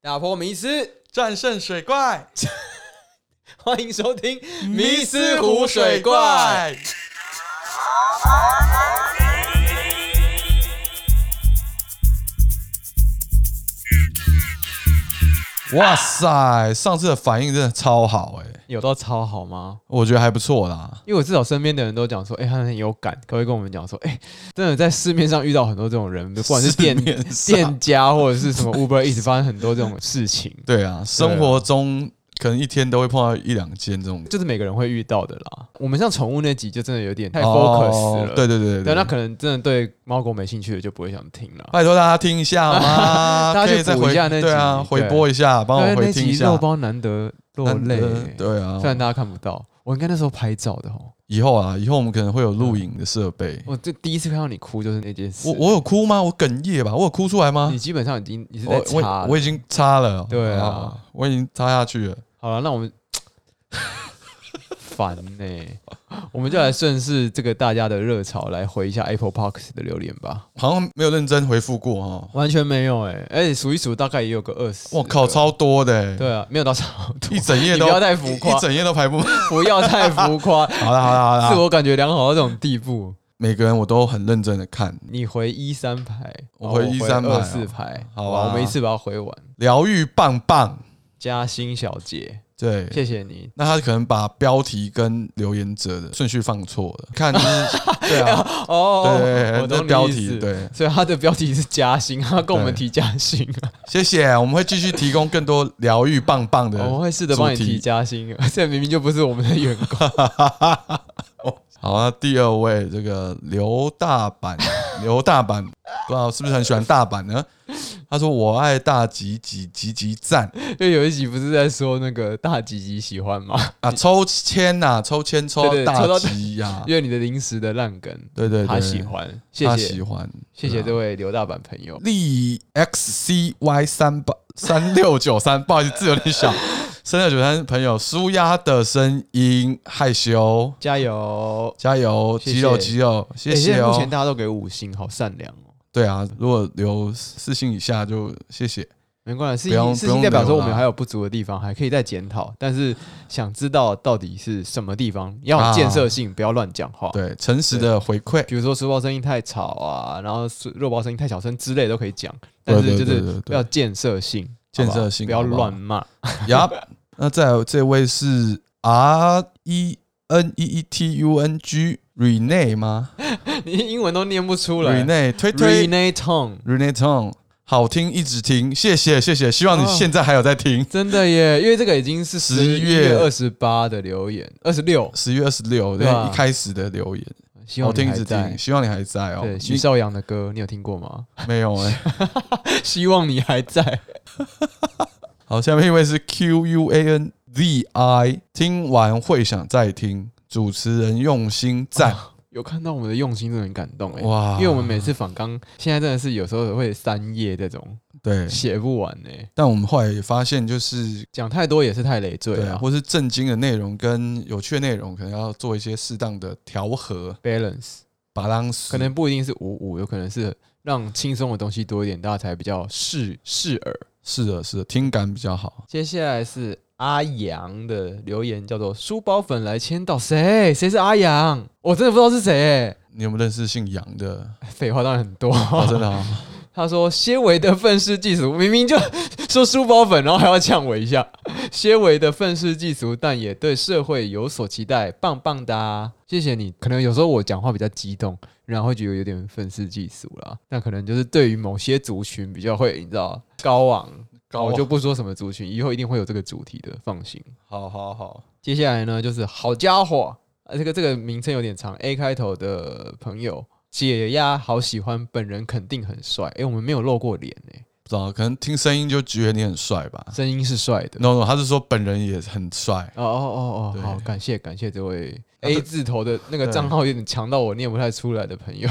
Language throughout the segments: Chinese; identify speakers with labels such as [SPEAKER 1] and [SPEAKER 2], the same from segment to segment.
[SPEAKER 1] 打破迷思，
[SPEAKER 2] 战胜水怪，
[SPEAKER 1] 欢迎收听《
[SPEAKER 2] 迷
[SPEAKER 1] 迷
[SPEAKER 2] 失
[SPEAKER 1] 思
[SPEAKER 2] 湖
[SPEAKER 1] 湖
[SPEAKER 2] 水
[SPEAKER 1] 水怪》。
[SPEAKER 2] 怪。哇塞，上次的反应真的超好哎、
[SPEAKER 1] 有到超好吗？
[SPEAKER 2] 我觉得还不错啦。
[SPEAKER 1] 因为我至少身边的人都讲说，哎、他很有感，可不可以跟我们讲说，哎、真的在市面上遇到很多这种人，不管是店
[SPEAKER 2] 市面上
[SPEAKER 1] 店家或者是什么 Uber，一直发生很多这种事情，
[SPEAKER 2] 对啊，生活中可能一天都会碰到一两件这种
[SPEAKER 1] 就是每个人会遇到的啦。我们像宠物那集就真的有点太
[SPEAKER 2] 哦
[SPEAKER 1] focus 了，
[SPEAKER 2] 对对对
[SPEAKER 1] 对，
[SPEAKER 2] 对
[SPEAKER 1] 那可能真的对猫狗没兴趣的就不会想听了。
[SPEAKER 2] 拜托大家听一下好 吗？
[SPEAKER 1] 大家去
[SPEAKER 2] 可以再
[SPEAKER 1] 补一
[SPEAKER 2] 回
[SPEAKER 1] 下那
[SPEAKER 2] 对啊，
[SPEAKER 1] 集
[SPEAKER 2] 回
[SPEAKER 1] 对
[SPEAKER 2] 播一下，帮我
[SPEAKER 1] 对
[SPEAKER 2] 回
[SPEAKER 1] 那
[SPEAKER 2] 听一
[SPEAKER 1] 集
[SPEAKER 2] 下。
[SPEAKER 1] 肉包难得落
[SPEAKER 2] 难
[SPEAKER 1] 泪、
[SPEAKER 2] 得对啊
[SPEAKER 1] 虽，然大家看不到，我应该那时候拍照的哦。
[SPEAKER 2] 以后啊，以后我们可能会有录影的设备。
[SPEAKER 1] 我这第一次看到你哭就是那件事。
[SPEAKER 2] 我我有哭吗？我哽咽吧？我有哭出来吗
[SPEAKER 1] 你？基本上已经你是在
[SPEAKER 2] 我
[SPEAKER 1] 擦
[SPEAKER 2] 我
[SPEAKER 1] 了
[SPEAKER 2] 我已经擦了，
[SPEAKER 1] 对啊
[SPEAKER 2] 好，我已经擦下去了。
[SPEAKER 1] 好了，那我们 烦呢、我们就来顺势这个大家的热潮来回一下 Apple Parks 的留言吧。
[SPEAKER 2] 好像没有认真回复过哦。
[SPEAKER 1] 完全没有哎、而且数一数大概也有个二十。
[SPEAKER 2] 我靠，！超多的欸，
[SPEAKER 1] 啊对啊，没有到超多
[SPEAKER 2] 一，整夜
[SPEAKER 1] 你
[SPEAKER 2] 都
[SPEAKER 1] 不要太浮夸
[SPEAKER 2] 一啊整夜都排不 满。
[SPEAKER 1] 不要太浮夸，
[SPEAKER 2] 好了好了好
[SPEAKER 1] 自
[SPEAKER 2] 了，
[SPEAKER 1] 我感觉良好到这种地步。
[SPEAKER 2] 每个人我都很认真的看，
[SPEAKER 1] 你回一三排，
[SPEAKER 2] 我回13排
[SPEAKER 1] 二
[SPEAKER 2] 哦
[SPEAKER 1] 四排，
[SPEAKER 2] 好
[SPEAKER 1] 哇
[SPEAKER 2] 啊
[SPEAKER 1] 我们一次把它回完。
[SPEAKER 2] 疗愈棒棒。
[SPEAKER 1] 嘉欣小姐，
[SPEAKER 2] 对，
[SPEAKER 1] 谢谢你。
[SPEAKER 2] 那他可能把标题跟留言者的顺序放错了，看就是 对啊，
[SPEAKER 1] 哦，
[SPEAKER 2] 对，
[SPEAKER 1] 我
[SPEAKER 2] 这
[SPEAKER 1] 懂
[SPEAKER 2] 标
[SPEAKER 1] 你意
[SPEAKER 2] 题
[SPEAKER 1] 思。
[SPEAKER 2] 对，
[SPEAKER 1] 所以他的标题是嘉兴，他跟我们提嘉兴啊，
[SPEAKER 2] 谢谢，我们会继续提供更多疗愈棒棒的。
[SPEAKER 1] 哦我会试着帮你
[SPEAKER 2] 主题
[SPEAKER 1] 提嘉兴。这明明就不是我们的员工，
[SPEAKER 2] 好，那第二位这个刘 大阪，刘大阪不知道是不是很喜欢大阪呢？他说：“我爱大吉吉吉吉赞
[SPEAKER 1] 因为有一集不是在说那个大吉吉喜欢 吗？
[SPEAKER 2] 啊，抽签呐、抽签抽
[SPEAKER 1] 对对
[SPEAKER 2] 到
[SPEAKER 1] 抽
[SPEAKER 2] 大
[SPEAKER 1] 到
[SPEAKER 2] 吉呀、
[SPEAKER 1] 因为你的零食的烂梗，
[SPEAKER 2] 对对对，
[SPEAKER 1] 他喜，欢，谢
[SPEAKER 2] 他喜
[SPEAKER 1] 谢，
[SPEAKER 2] 欢，
[SPEAKER 1] 谢谢这位刘大阪朋友。
[SPEAKER 2] 力 X C Y 三八三六九三，不好意思，字有 点小。三六九三朋友，舒压的声音，害羞，
[SPEAKER 1] 加油！
[SPEAKER 2] 加油，
[SPEAKER 1] 谢谢
[SPEAKER 2] 肌肉肌肉，谢
[SPEAKER 1] 诶现
[SPEAKER 2] 谢
[SPEAKER 1] 在
[SPEAKER 2] 哦
[SPEAKER 1] 目。前大家都给五星，好善良哦。
[SPEAKER 2] 对啊，如果留四星以下就谢谢。
[SPEAKER 1] 没关系，
[SPEAKER 2] 不
[SPEAKER 1] 事
[SPEAKER 2] 用
[SPEAKER 1] 情事
[SPEAKER 2] 不用
[SPEAKER 1] 情代表说
[SPEAKER 2] 留
[SPEAKER 1] 我
[SPEAKER 2] 啦
[SPEAKER 1] 们还有不足的地方，还可以再检讨。但是想知道到底是什么地方，要
[SPEAKER 2] 啊
[SPEAKER 1] 有建设性，不要乱讲话。
[SPEAKER 2] 对，诚实的回馈，
[SPEAKER 1] 比如说书包声音太吵啊，然后书肉包声音太小声之类都可以讲，
[SPEAKER 2] 对
[SPEAKER 1] 但
[SPEAKER 2] 对
[SPEAKER 1] 是就
[SPEAKER 2] 对对
[SPEAKER 1] 是
[SPEAKER 2] 对
[SPEAKER 1] 要建设性，
[SPEAKER 2] 建设
[SPEAKER 1] 好不好
[SPEAKER 2] 性
[SPEAKER 1] 不要
[SPEAKER 2] 好不好
[SPEAKER 1] 乱 骂。
[SPEAKER 2] 呀。那再有这位是 R E N E E T U N G Rene 吗
[SPEAKER 1] 你英文都念不出来。
[SPEAKER 2] ？Rene 推推
[SPEAKER 1] Rene Tong，
[SPEAKER 2] Rene Tong，好听一直听，谢谢谢谢，希望你
[SPEAKER 1] 哦
[SPEAKER 2] 现在还有在听。
[SPEAKER 1] 真的耶，因为这个已经是
[SPEAKER 2] 11
[SPEAKER 1] 11
[SPEAKER 2] 月
[SPEAKER 1] 月二十八的留言，二十六，
[SPEAKER 2] 十月二十六
[SPEAKER 1] 对啊
[SPEAKER 2] 那一开始的留言，
[SPEAKER 1] 希
[SPEAKER 2] 好
[SPEAKER 1] 望你
[SPEAKER 2] 听一
[SPEAKER 1] 还
[SPEAKER 2] 直
[SPEAKER 1] 在
[SPEAKER 2] 听，。希望你还在哦。
[SPEAKER 1] 对，
[SPEAKER 2] 你
[SPEAKER 1] 徐少阳的歌你有听过 吗？
[SPEAKER 2] 没有哎、
[SPEAKER 1] 希望你还在。
[SPEAKER 2] 好，下面一位是 Q U A N Z I，听完会想再听，主持人用心赞、
[SPEAKER 1] 有看到我们的用心，真的很感动哎、
[SPEAKER 2] 哇！
[SPEAKER 1] 啊因为我们每次访纲，现在真的是有时候会三页这种
[SPEAKER 2] 对，
[SPEAKER 1] 写不完哎、
[SPEAKER 2] 但我们后来也发现，就是
[SPEAKER 1] 讲太多也是太累赘
[SPEAKER 2] 对啊，
[SPEAKER 1] 啊。
[SPEAKER 2] 或是震惊的内容跟有趣的内容，可能要做一些适当的调和，
[SPEAKER 1] balance
[SPEAKER 2] 把当时
[SPEAKER 1] 可能不一定是五五，有可能是让轻松的东西多一点，大家才比较适适耳。
[SPEAKER 2] 是的，是的，听感比较好。
[SPEAKER 1] 接下来是阿阳的留言，叫做“书包粉来签到”，谁？谁是阿阳？我真的不知道是谁、
[SPEAKER 2] 你有没有认识姓杨的？
[SPEAKER 1] 哎，废话当然很多，
[SPEAKER 2] 哦，真的哦，
[SPEAKER 1] 他说：“些微的愤世嫉俗，明明就说书包粉，然后还要呛我一下。些微的愤世嫉俗，但也对社会有所期待，棒棒哒、谢谢你。可能有时候我讲话比较激动，然后会觉得有点愤世嫉俗啦。但可能就是对于某些族群比较会，你知道高昂。
[SPEAKER 2] 高
[SPEAKER 1] 我就不说什么族群，以后一定会有这个主题的，放心。
[SPEAKER 2] 好好好，
[SPEAKER 1] 接下来呢，就是好家伙，啊，这个这个名称有点长，A 开头的朋友，解压好喜欢，本人肯定很帅。诶，我们没有露过脸诶，
[SPEAKER 2] 不知道，可能听声音就觉得你很帅吧。
[SPEAKER 1] 声音是帅的。
[SPEAKER 2] No No，他是说本人也很帅。
[SPEAKER 1] 哦哦哦
[SPEAKER 2] 对
[SPEAKER 1] 哦，好，感谢感谢这位
[SPEAKER 2] 啊对
[SPEAKER 1] A 字头的那个
[SPEAKER 2] 对
[SPEAKER 1] 账号有点强到我念不太出来的朋 友。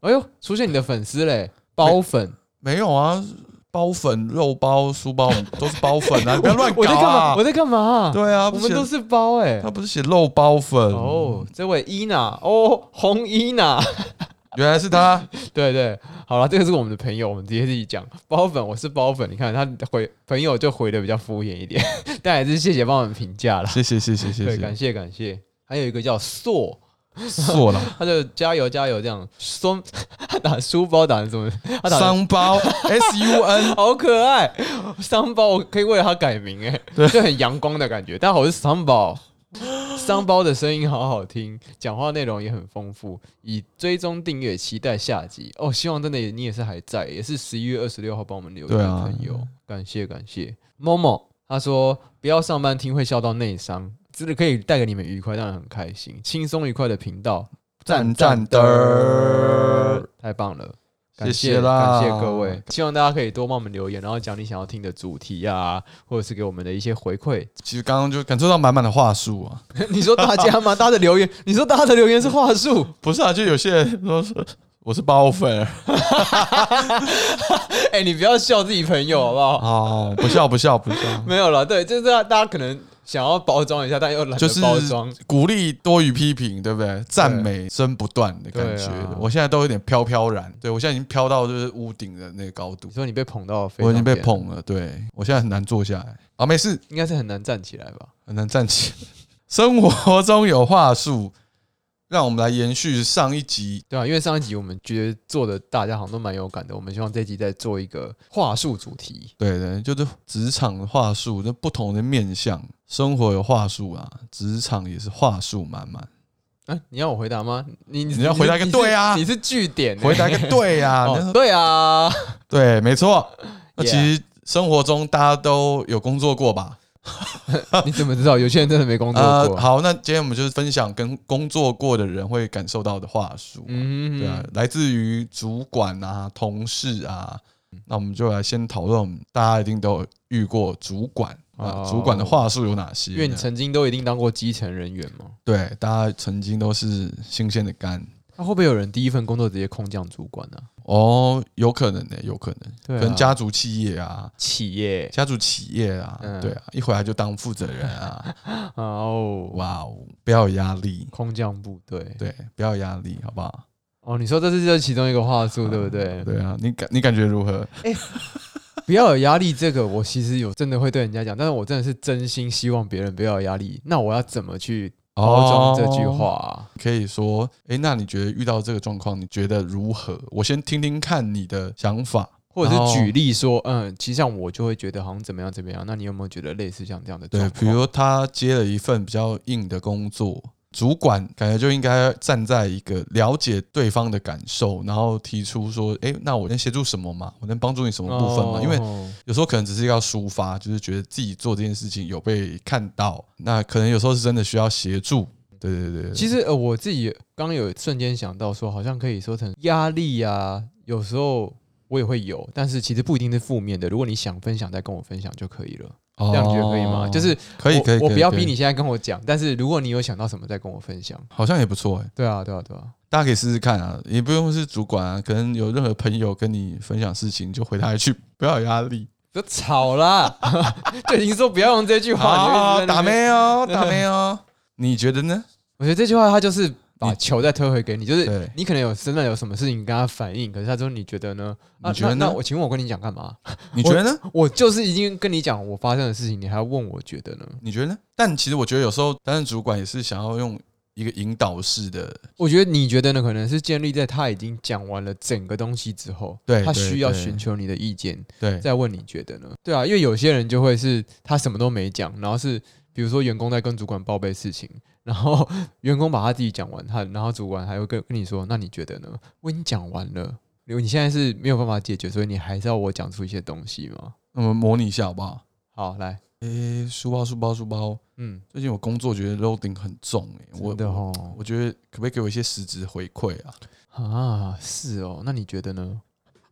[SPEAKER 1] 哎呦，出现你的粉丝嘞，包粉，
[SPEAKER 2] 没有啊，包粉、肉包、书包 都是包粉 啊，你不要乱
[SPEAKER 1] 我在
[SPEAKER 2] 搞
[SPEAKER 1] 干嘛？
[SPEAKER 2] 啊
[SPEAKER 1] 我。在干嘛？
[SPEAKER 2] 对啊，
[SPEAKER 1] 我
[SPEAKER 2] 不
[SPEAKER 1] 们
[SPEAKER 2] 是哦
[SPEAKER 1] 都是包诶。
[SPEAKER 2] 他不是写肉包粉
[SPEAKER 1] 哦，这位伊娜哦，红伊娜，
[SPEAKER 2] 原来是他，
[SPEAKER 1] 对对，好了，这个是我们的朋友，我们直接自己讲包粉，我是包粉，你看他回朋友就回的比较敷衍一点， 但还是谢谢帮我们评价了，
[SPEAKER 2] 谢谢谢谢谢
[SPEAKER 1] 对，感
[SPEAKER 2] 谢，
[SPEAKER 1] 谢感谢。还有一个叫硕，
[SPEAKER 2] 错了。
[SPEAKER 1] 他就加油加油这样，松 他打书包打成什么？他打成
[SPEAKER 2] 商 包 S U N，
[SPEAKER 1] 好可爱，桑包我可以为了他改名哎、就很阳光的感觉。但好是桑包，桑包的声音好好听，讲话内容也很丰富。以追踪订阅，期待下集哦。希望真的也你也是还在，也是十一月二十六号帮我们留言
[SPEAKER 2] 对
[SPEAKER 1] 的
[SPEAKER 2] 啊
[SPEAKER 1] 朋友，感谢感谢。某某他说不要上班听会笑到内伤，真的可以带给你们愉快，让人很开心，轻松愉快的频道，
[SPEAKER 2] 赞赞的儿，
[SPEAKER 1] 太棒了。
[SPEAKER 2] 谢
[SPEAKER 1] 感
[SPEAKER 2] 谢
[SPEAKER 1] 谢
[SPEAKER 2] 啦
[SPEAKER 1] 感谢各位，希望大家可以多帮我们留言，然后讲你想要听的主题啊，或者是给我们的一些回馈。
[SPEAKER 2] 其实刚刚就感受到满满的话术啊，
[SPEAKER 1] 你说大家吗？大家的留言，你说大家的留言是话术？
[SPEAKER 2] 不是啊，就有些人说是我是包粉
[SPEAKER 1] 哎、你不要笑自己朋友好不好？
[SPEAKER 2] 哦，不笑不笑不笑，
[SPEAKER 1] 没有了，对，就是大家可能想要包装一下，但又懒
[SPEAKER 2] 就
[SPEAKER 1] 得
[SPEAKER 2] 是
[SPEAKER 1] 包装。
[SPEAKER 2] 鼓励多于批评，对不对？赞美声不断的感觉
[SPEAKER 1] 对啊，
[SPEAKER 2] 我现在都有点飘飘然，对我现在已经飘到就是屋顶的那个高度
[SPEAKER 1] 你，说你被捧到，
[SPEAKER 2] 我已经被，捧了，对我现在很难坐下来啊，没事，
[SPEAKER 1] 应该是很难站起来吧？
[SPEAKER 2] 很难站起。 生活中有话术，让我们来延续上一集
[SPEAKER 1] 对啊，因为上一集我们觉得做的大家好像都蛮有感的，我们希望这集再做一个话术主题。
[SPEAKER 2] 对对，就是职场的话术，那不同的面向，生活有话术啊，职场也是话术满 满。
[SPEAKER 1] 啊，你要我回答吗？你
[SPEAKER 2] 你要回答一个对啊
[SPEAKER 1] 你是你是据点欸、
[SPEAKER 2] 回答一个对呀、
[SPEAKER 1] 哦
[SPEAKER 2] 你说
[SPEAKER 1] 对啊，
[SPEAKER 2] 对，没错。那
[SPEAKER 1] Yeah
[SPEAKER 2] 其实生活中大家都有工作过吧？
[SPEAKER 1] 你怎么知道？有些人真的没工作
[SPEAKER 2] 呃，
[SPEAKER 1] 过。
[SPEAKER 2] 好，那今天我们就是分享跟工作过的人会感受到的话术，
[SPEAKER 1] 嗯，
[SPEAKER 2] 对啊，来自于主管啊、同事啊。
[SPEAKER 1] 嗯
[SPEAKER 2] 那我们就来先讨论，我们大家一定都有遇过主管啊，
[SPEAKER 1] 哦
[SPEAKER 2] 主管的话术有哪些？
[SPEAKER 1] 因为你曾经都一定当过基层人员嘛，
[SPEAKER 2] 对，大家曾经都是新鲜的干。
[SPEAKER 1] 那、会不会有人第一份工作直接空降主管呢、
[SPEAKER 2] 哦，有可能呢、有可能，
[SPEAKER 1] 对啊
[SPEAKER 2] 可能家族企业啊，
[SPEAKER 1] 企业
[SPEAKER 2] 家族企业啊，
[SPEAKER 1] 嗯
[SPEAKER 2] 对啊，一回来就当负责人啊，
[SPEAKER 1] 哦，
[SPEAKER 2] 哇哦，不要有压力，
[SPEAKER 1] 空降部队。
[SPEAKER 2] 对，不要有压力，好不好？
[SPEAKER 1] 哦，你说这是这其中一个话术，对不对？
[SPEAKER 2] 对啊，你感你感觉如何？
[SPEAKER 1] 不要有压力，这个我其实有真的会对人家讲，但是我真的是真心希望别人不要有压力。那我要怎么去包装这句话、
[SPEAKER 2] 哦
[SPEAKER 1] 啊？
[SPEAKER 2] 可以说，诶，那你觉得遇到这个状况，你觉得如何？我先听听看你的想法，
[SPEAKER 1] 或者
[SPEAKER 2] 然后
[SPEAKER 1] 是举例说，嗯，其实像我就会觉得好像怎么样怎么样，那你有没有觉得类似像这样的
[SPEAKER 2] 对
[SPEAKER 1] 状，
[SPEAKER 2] 比
[SPEAKER 1] 况？
[SPEAKER 2] 如说他接了一份比较硬的工作，主管感觉就应该站在一个了解对方的感受，然后提出说，诶，那我能协助什么吗？我能帮助你什么部分吗？因为
[SPEAKER 1] 哦
[SPEAKER 2] 有时候可能只是要抒发，就是觉得自己做这件事情有被看到，那可能有时候是真的需要协助。对对对对，
[SPEAKER 1] 其实呃，我自己刚有瞬间想到说，好像可以说成压力啊，有时候我也会有，但是其实不一定是负面的。如果你想分享，再跟我分享就可以了，
[SPEAKER 2] 这
[SPEAKER 1] 这样觉得可以吗？就是
[SPEAKER 2] 哦可以
[SPEAKER 1] 我
[SPEAKER 2] 可以，
[SPEAKER 1] 我
[SPEAKER 2] 可以
[SPEAKER 1] 不要
[SPEAKER 2] 可以
[SPEAKER 1] 逼你现在跟我讲，但是如果你有想到什么，再跟我分享。
[SPEAKER 2] 好像也不错哎、
[SPEAKER 1] 对啊，对啊，对啊，
[SPEAKER 2] 大家可以试试看啊，也不用是主管啊，可能有任何朋友跟你分享事情，你就回他一句，不要有 压力。
[SPEAKER 1] 不要吵啦， 就已经说不要用这句话，你 就一直在那边
[SPEAKER 2] 打。没哦，打没哦。你觉得呢？
[SPEAKER 1] 我觉得这句话他就是把球再推回给你，就是
[SPEAKER 2] 对
[SPEAKER 1] 你可能有真的有什么事情跟他反映，可是他说你觉得呢？啊
[SPEAKER 2] 你觉得
[SPEAKER 1] 那
[SPEAKER 2] 呢
[SPEAKER 1] 那我请问我跟你讲干嘛？
[SPEAKER 2] 你觉得呢？
[SPEAKER 1] 我就是已经跟你讲我发生的事情，你还要问我觉得呢？
[SPEAKER 2] 你觉得呢？但其实我觉得有时候担任主管也是想要用一个引导式的，
[SPEAKER 1] 我觉得你觉得呢，可能是建立在他已经讲完了整个东西之后，
[SPEAKER 2] 对
[SPEAKER 1] 他
[SPEAKER 2] 对
[SPEAKER 1] 需要
[SPEAKER 2] 对
[SPEAKER 1] 寻求你的意见，
[SPEAKER 2] 对
[SPEAKER 1] 再问你觉得呢？对啊，因为有些人就会是他什么都没讲，然后是比如说员工在跟主管报备事情，然后 员工把他自己讲完，他然后主管还会跟跟你说，那你觉得呢？我已经讲完了。你你现在是没有办法解决，所以你还是要我讲出一些东西吗？
[SPEAKER 2] 我们模拟一下好不好？
[SPEAKER 1] 好，来，
[SPEAKER 2] 诶，书包，书包，书包。
[SPEAKER 1] 嗯，
[SPEAKER 2] 最近我工作觉得 loading 很重诶、我
[SPEAKER 1] 真的哦，
[SPEAKER 2] 我觉得可不可以给我一些实质回馈啊？
[SPEAKER 1] 啊，是哦，那你觉得呢？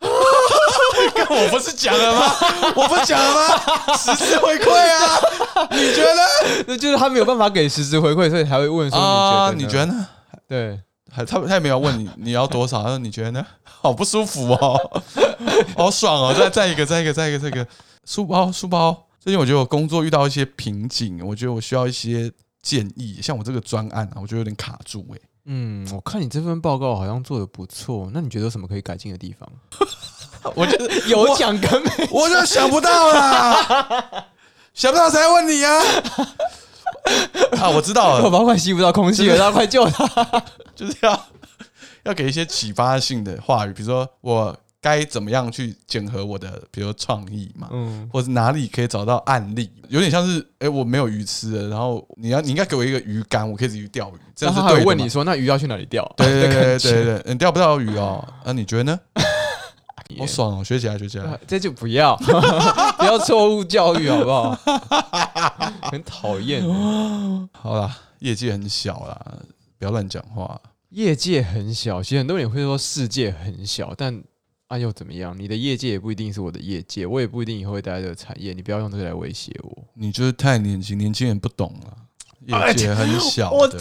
[SPEAKER 2] 我不是讲了吗？我不是讲了吗？实质回馈啊？你觉得？
[SPEAKER 1] 那 就是他没有办法给实时回馈，所以才会问说
[SPEAKER 2] 啊，
[SPEAKER 1] 你
[SPEAKER 2] 你
[SPEAKER 1] 觉
[SPEAKER 2] 觉
[SPEAKER 1] 得呢？
[SPEAKER 2] 得呢？
[SPEAKER 1] 对，
[SPEAKER 2] 还他他也没有问你 你要多少，他说你觉得呢？好不舒服哦， 好爽哦！再再一个，再一个，再一个，再一个书包书包。最近我觉得我工作遇到一些瓶颈，我觉得我需要一些建议。像我这个专案啊，我觉得有点卡住哎、
[SPEAKER 1] 嗯，我看你这份报告好像做的不错，那你觉得有什么可以改进的地 方？
[SPEAKER 2] 我觉得
[SPEAKER 1] 有讲跟 没
[SPEAKER 2] 我就想不到啦，想不到才问你啊。 啊，我知道
[SPEAKER 1] 我
[SPEAKER 2] 了，
[SPEAKER 1] 把快吸不到空气了，他快救他！
[SPEAKER 2] 就是要要给一些启发性的话语，比如说我该怎么样去整合我的，比如说创意嘛，
[SPEAKER 1] 嗯，
[SPEAKER 2] 或者哪里可以找到案例，有点像是哎、诶我没有鱼吃了，然后你要你应该给我一个鱼竿，我可以自己去钓鱼，这
[SPEAKER 1] 然
[SPEAKER 2] 样是
[SPEAKER 1] 后他
[SPEAKER 2] 对
[SPEAKER 1] 还
[SPEAKER 2] 的
[SPEAKER 1] 问
[SPEAKER 2] 嘛
[SPEAKER 1] 你说，那鱼要去哪里钓？
[SPEAKER 2] 对对
[SPEAKER 1] 的
[SPEAKER 2] 对
[SPEAKER 1] 感觉
[SPEAKER 2] 对对对，你钓不到鱼哦，那、你觉得呢？ 好爽哦，学起来学起来
[SPEAKER 1] 啊。这就不要，不要错误教育好不好？ 很讨厌欸，
[SPEAKER 2] 好啦，业界很小啦，不要乱讲话。
[SPEAKER 1] 业界很小，其实很多人也会说世界很小，但啊又怎么样？你的业界也不一定是我的业界，我也不一定以后会待在这个产业，你不要用这个来威胁我。
[SPEAKER 2] 你就是太年轻，年轻人不懂啊，
[SPEAKER 1] 哎
[SPEAKER 2] 业界很小的，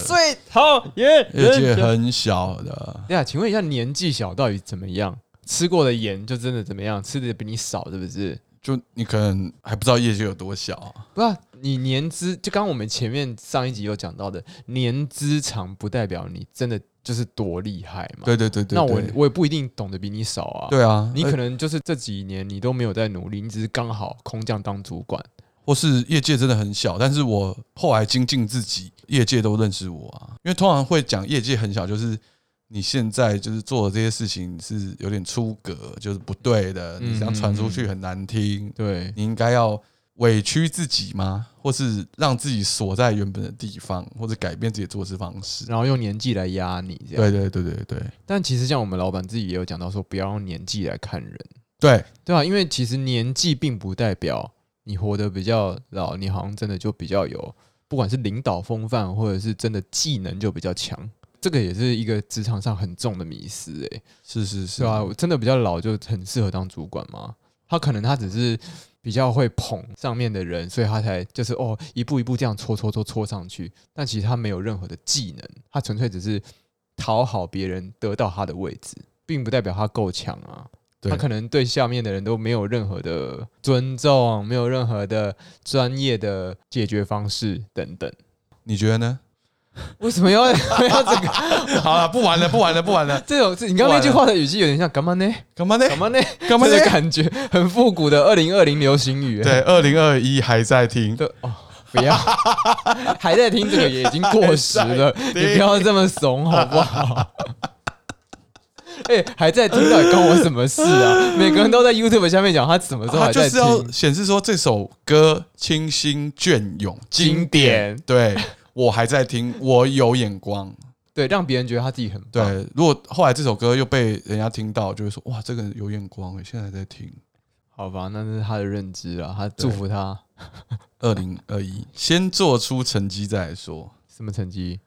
[SPEAKER 1] 讨厌
[SPEAKER 2] 业界很小的。
[SPEAKER 1] 对啊，请问一下，年纪小到底怎么样？吃过的盐就真的怎么样？吃的比你少，是不是？
[SPEAKER 2] 就你可能还不知道业界有多小啊、
[SPEAKER 1] 不啊，你年资就刚我们前面上一集有讲到的，年资长不代表你真的就是多厉害嘛。
[SPEAKER 2] 对对对对
[SPEAKER 1] 那我
[SPEAKER 2] 对
[SPEAKER 1] 我也不一定懂得比你少啊。
[SPEAKER 2] 对啊，
[SPEAKER 1] 你
[SPEAKER 2] 呃
[SPEAKER 1] 可能就是这几年你都没有在努力，你只是刚好空降当主管。
[SPEAKER 2] 或是业界真的很小，但是我后来精进自己，业界都认识我啊。因为通常会讲业界很小，就是你现在就是做的这些事情是有点出格，就是不对的，
[SPEAKER 1] 嗯
[SPEAKER 2] 你这样传出去很难听，
[SPEAKER 1] 对，
[SPEAKER 2] 你应该要委屈自己吗？或是让自己锁在原本的地方，或者改变自己的做事方式？
[SPEAKER 1] 然后用年纪来压你这样。
[SPEAKER 2] 对对对对对
[SPEAKER 1] 但其实像我们老板自己也有讲到说，不要用年纪来看人，
[SPEAKER 2] 对，
[SPEAKER 1] 对啊，因为其实年纪并不代表你活得比较老，你好像真的就比较有，不管是领导风范，或者是真的技能就比较强。这个也是一个职场上很重的迷思、欸，
[SPEAKER 2] 是是
[SPEAKER 1] 是
[SPEAKER 2] 是
[SPEAKER 1] 啊，我真的比较老就很适合当主管吗？他可能他只是比较会捧上面的人，所以他才就是哦一步一步这样搓搓搓搓上去，但其实他没有任何的技能，他纯粹只是讨好别人得到他的位置，并不代表他够强啊。
[SPEAKER 2] 对
[SPEAKER 1] 他可能对下面的人都没有任何的尊重，没有任何的专业的解决方式等等。
[SPEAKER 2] 你觉得呢？
[SPEAKER 1] 为什么要要这个？
[SPEAKER 2] 好了，不玩了，不玩了，不玩了，
[SPEAKER 1] 这种事你刚刚那句话的语气有点像干嘛呢？
[SPEAKER 2] 干嘛呢？
[SPEAKER 1] 干嘛呢？
[SPEAKER 2] 干嘛呢
[SPEAKER 1] 这？个感觉很复古的二零二零流行语。
[SPEAKER 2] 对，二零二一还在听，
[SPEAKER 1] 对哦，不要， 还在听这个也已经过时 了，
[SPEAKER 2] 听
[SPEAKER 1] 你不要这么怂好不好？ 哎、还在听到底关我什么事 啊？每个人都在 YouTube 下面讲他什么时候
[SPEAKER 2] 它
[SPEAKER 1] 还
[SPEAKER 2] 啊就
[SPEAKER 1] 在
[SPEAKER 2] 是
[SPEAKER 1] 听，
[SPEAKER 2] 要显示说这首歌清新隽永、
[SPEAKER 1] 经
[SPEAKER 2] 经典。
[SPEAKER 1] 典，
[SPEAKER 2] 对我还 在听，我有眼光。
[SPEAKER 1] 对，让别人觉得他自己很棒。
[SPEAKER 2] 对，如果后来这首歌又被人家听到，就会说哇，这个人有眼光诶，现在还在听。
[SPEAKER 1] 好吧，那是他的认知啊，他祝福他
[SPEAKER 2] 二零二 一，先做出成绩再来说。
[SPEAKER 1] 什么成绩？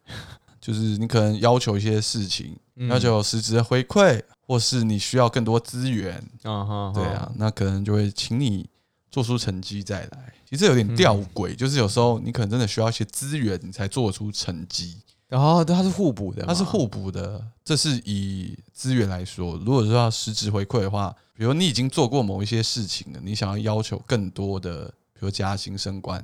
[SPEAKER 2] 就是你可能要求一些事情，
[SPEAKER 1] 嗯
[SPEAKER 2] 要求有实质的回馈，或是你需要更多资源，
[SPEAKER 1] 啊哈，
[SPEAKER 2] 对啊，那可能就会请你做出成绩再来。其实有点吊诡，就是有时候你可能真的需要一些资源，你才做出成绩。
[SPEAKER 1] 然后他是互补的嘛，
[SPEAKER 2] 它是互补的，这是以资源来说。如果说要实质回馈的话，比如你已经做过某一些事情了，你想要要求更多的，比如加薪升官，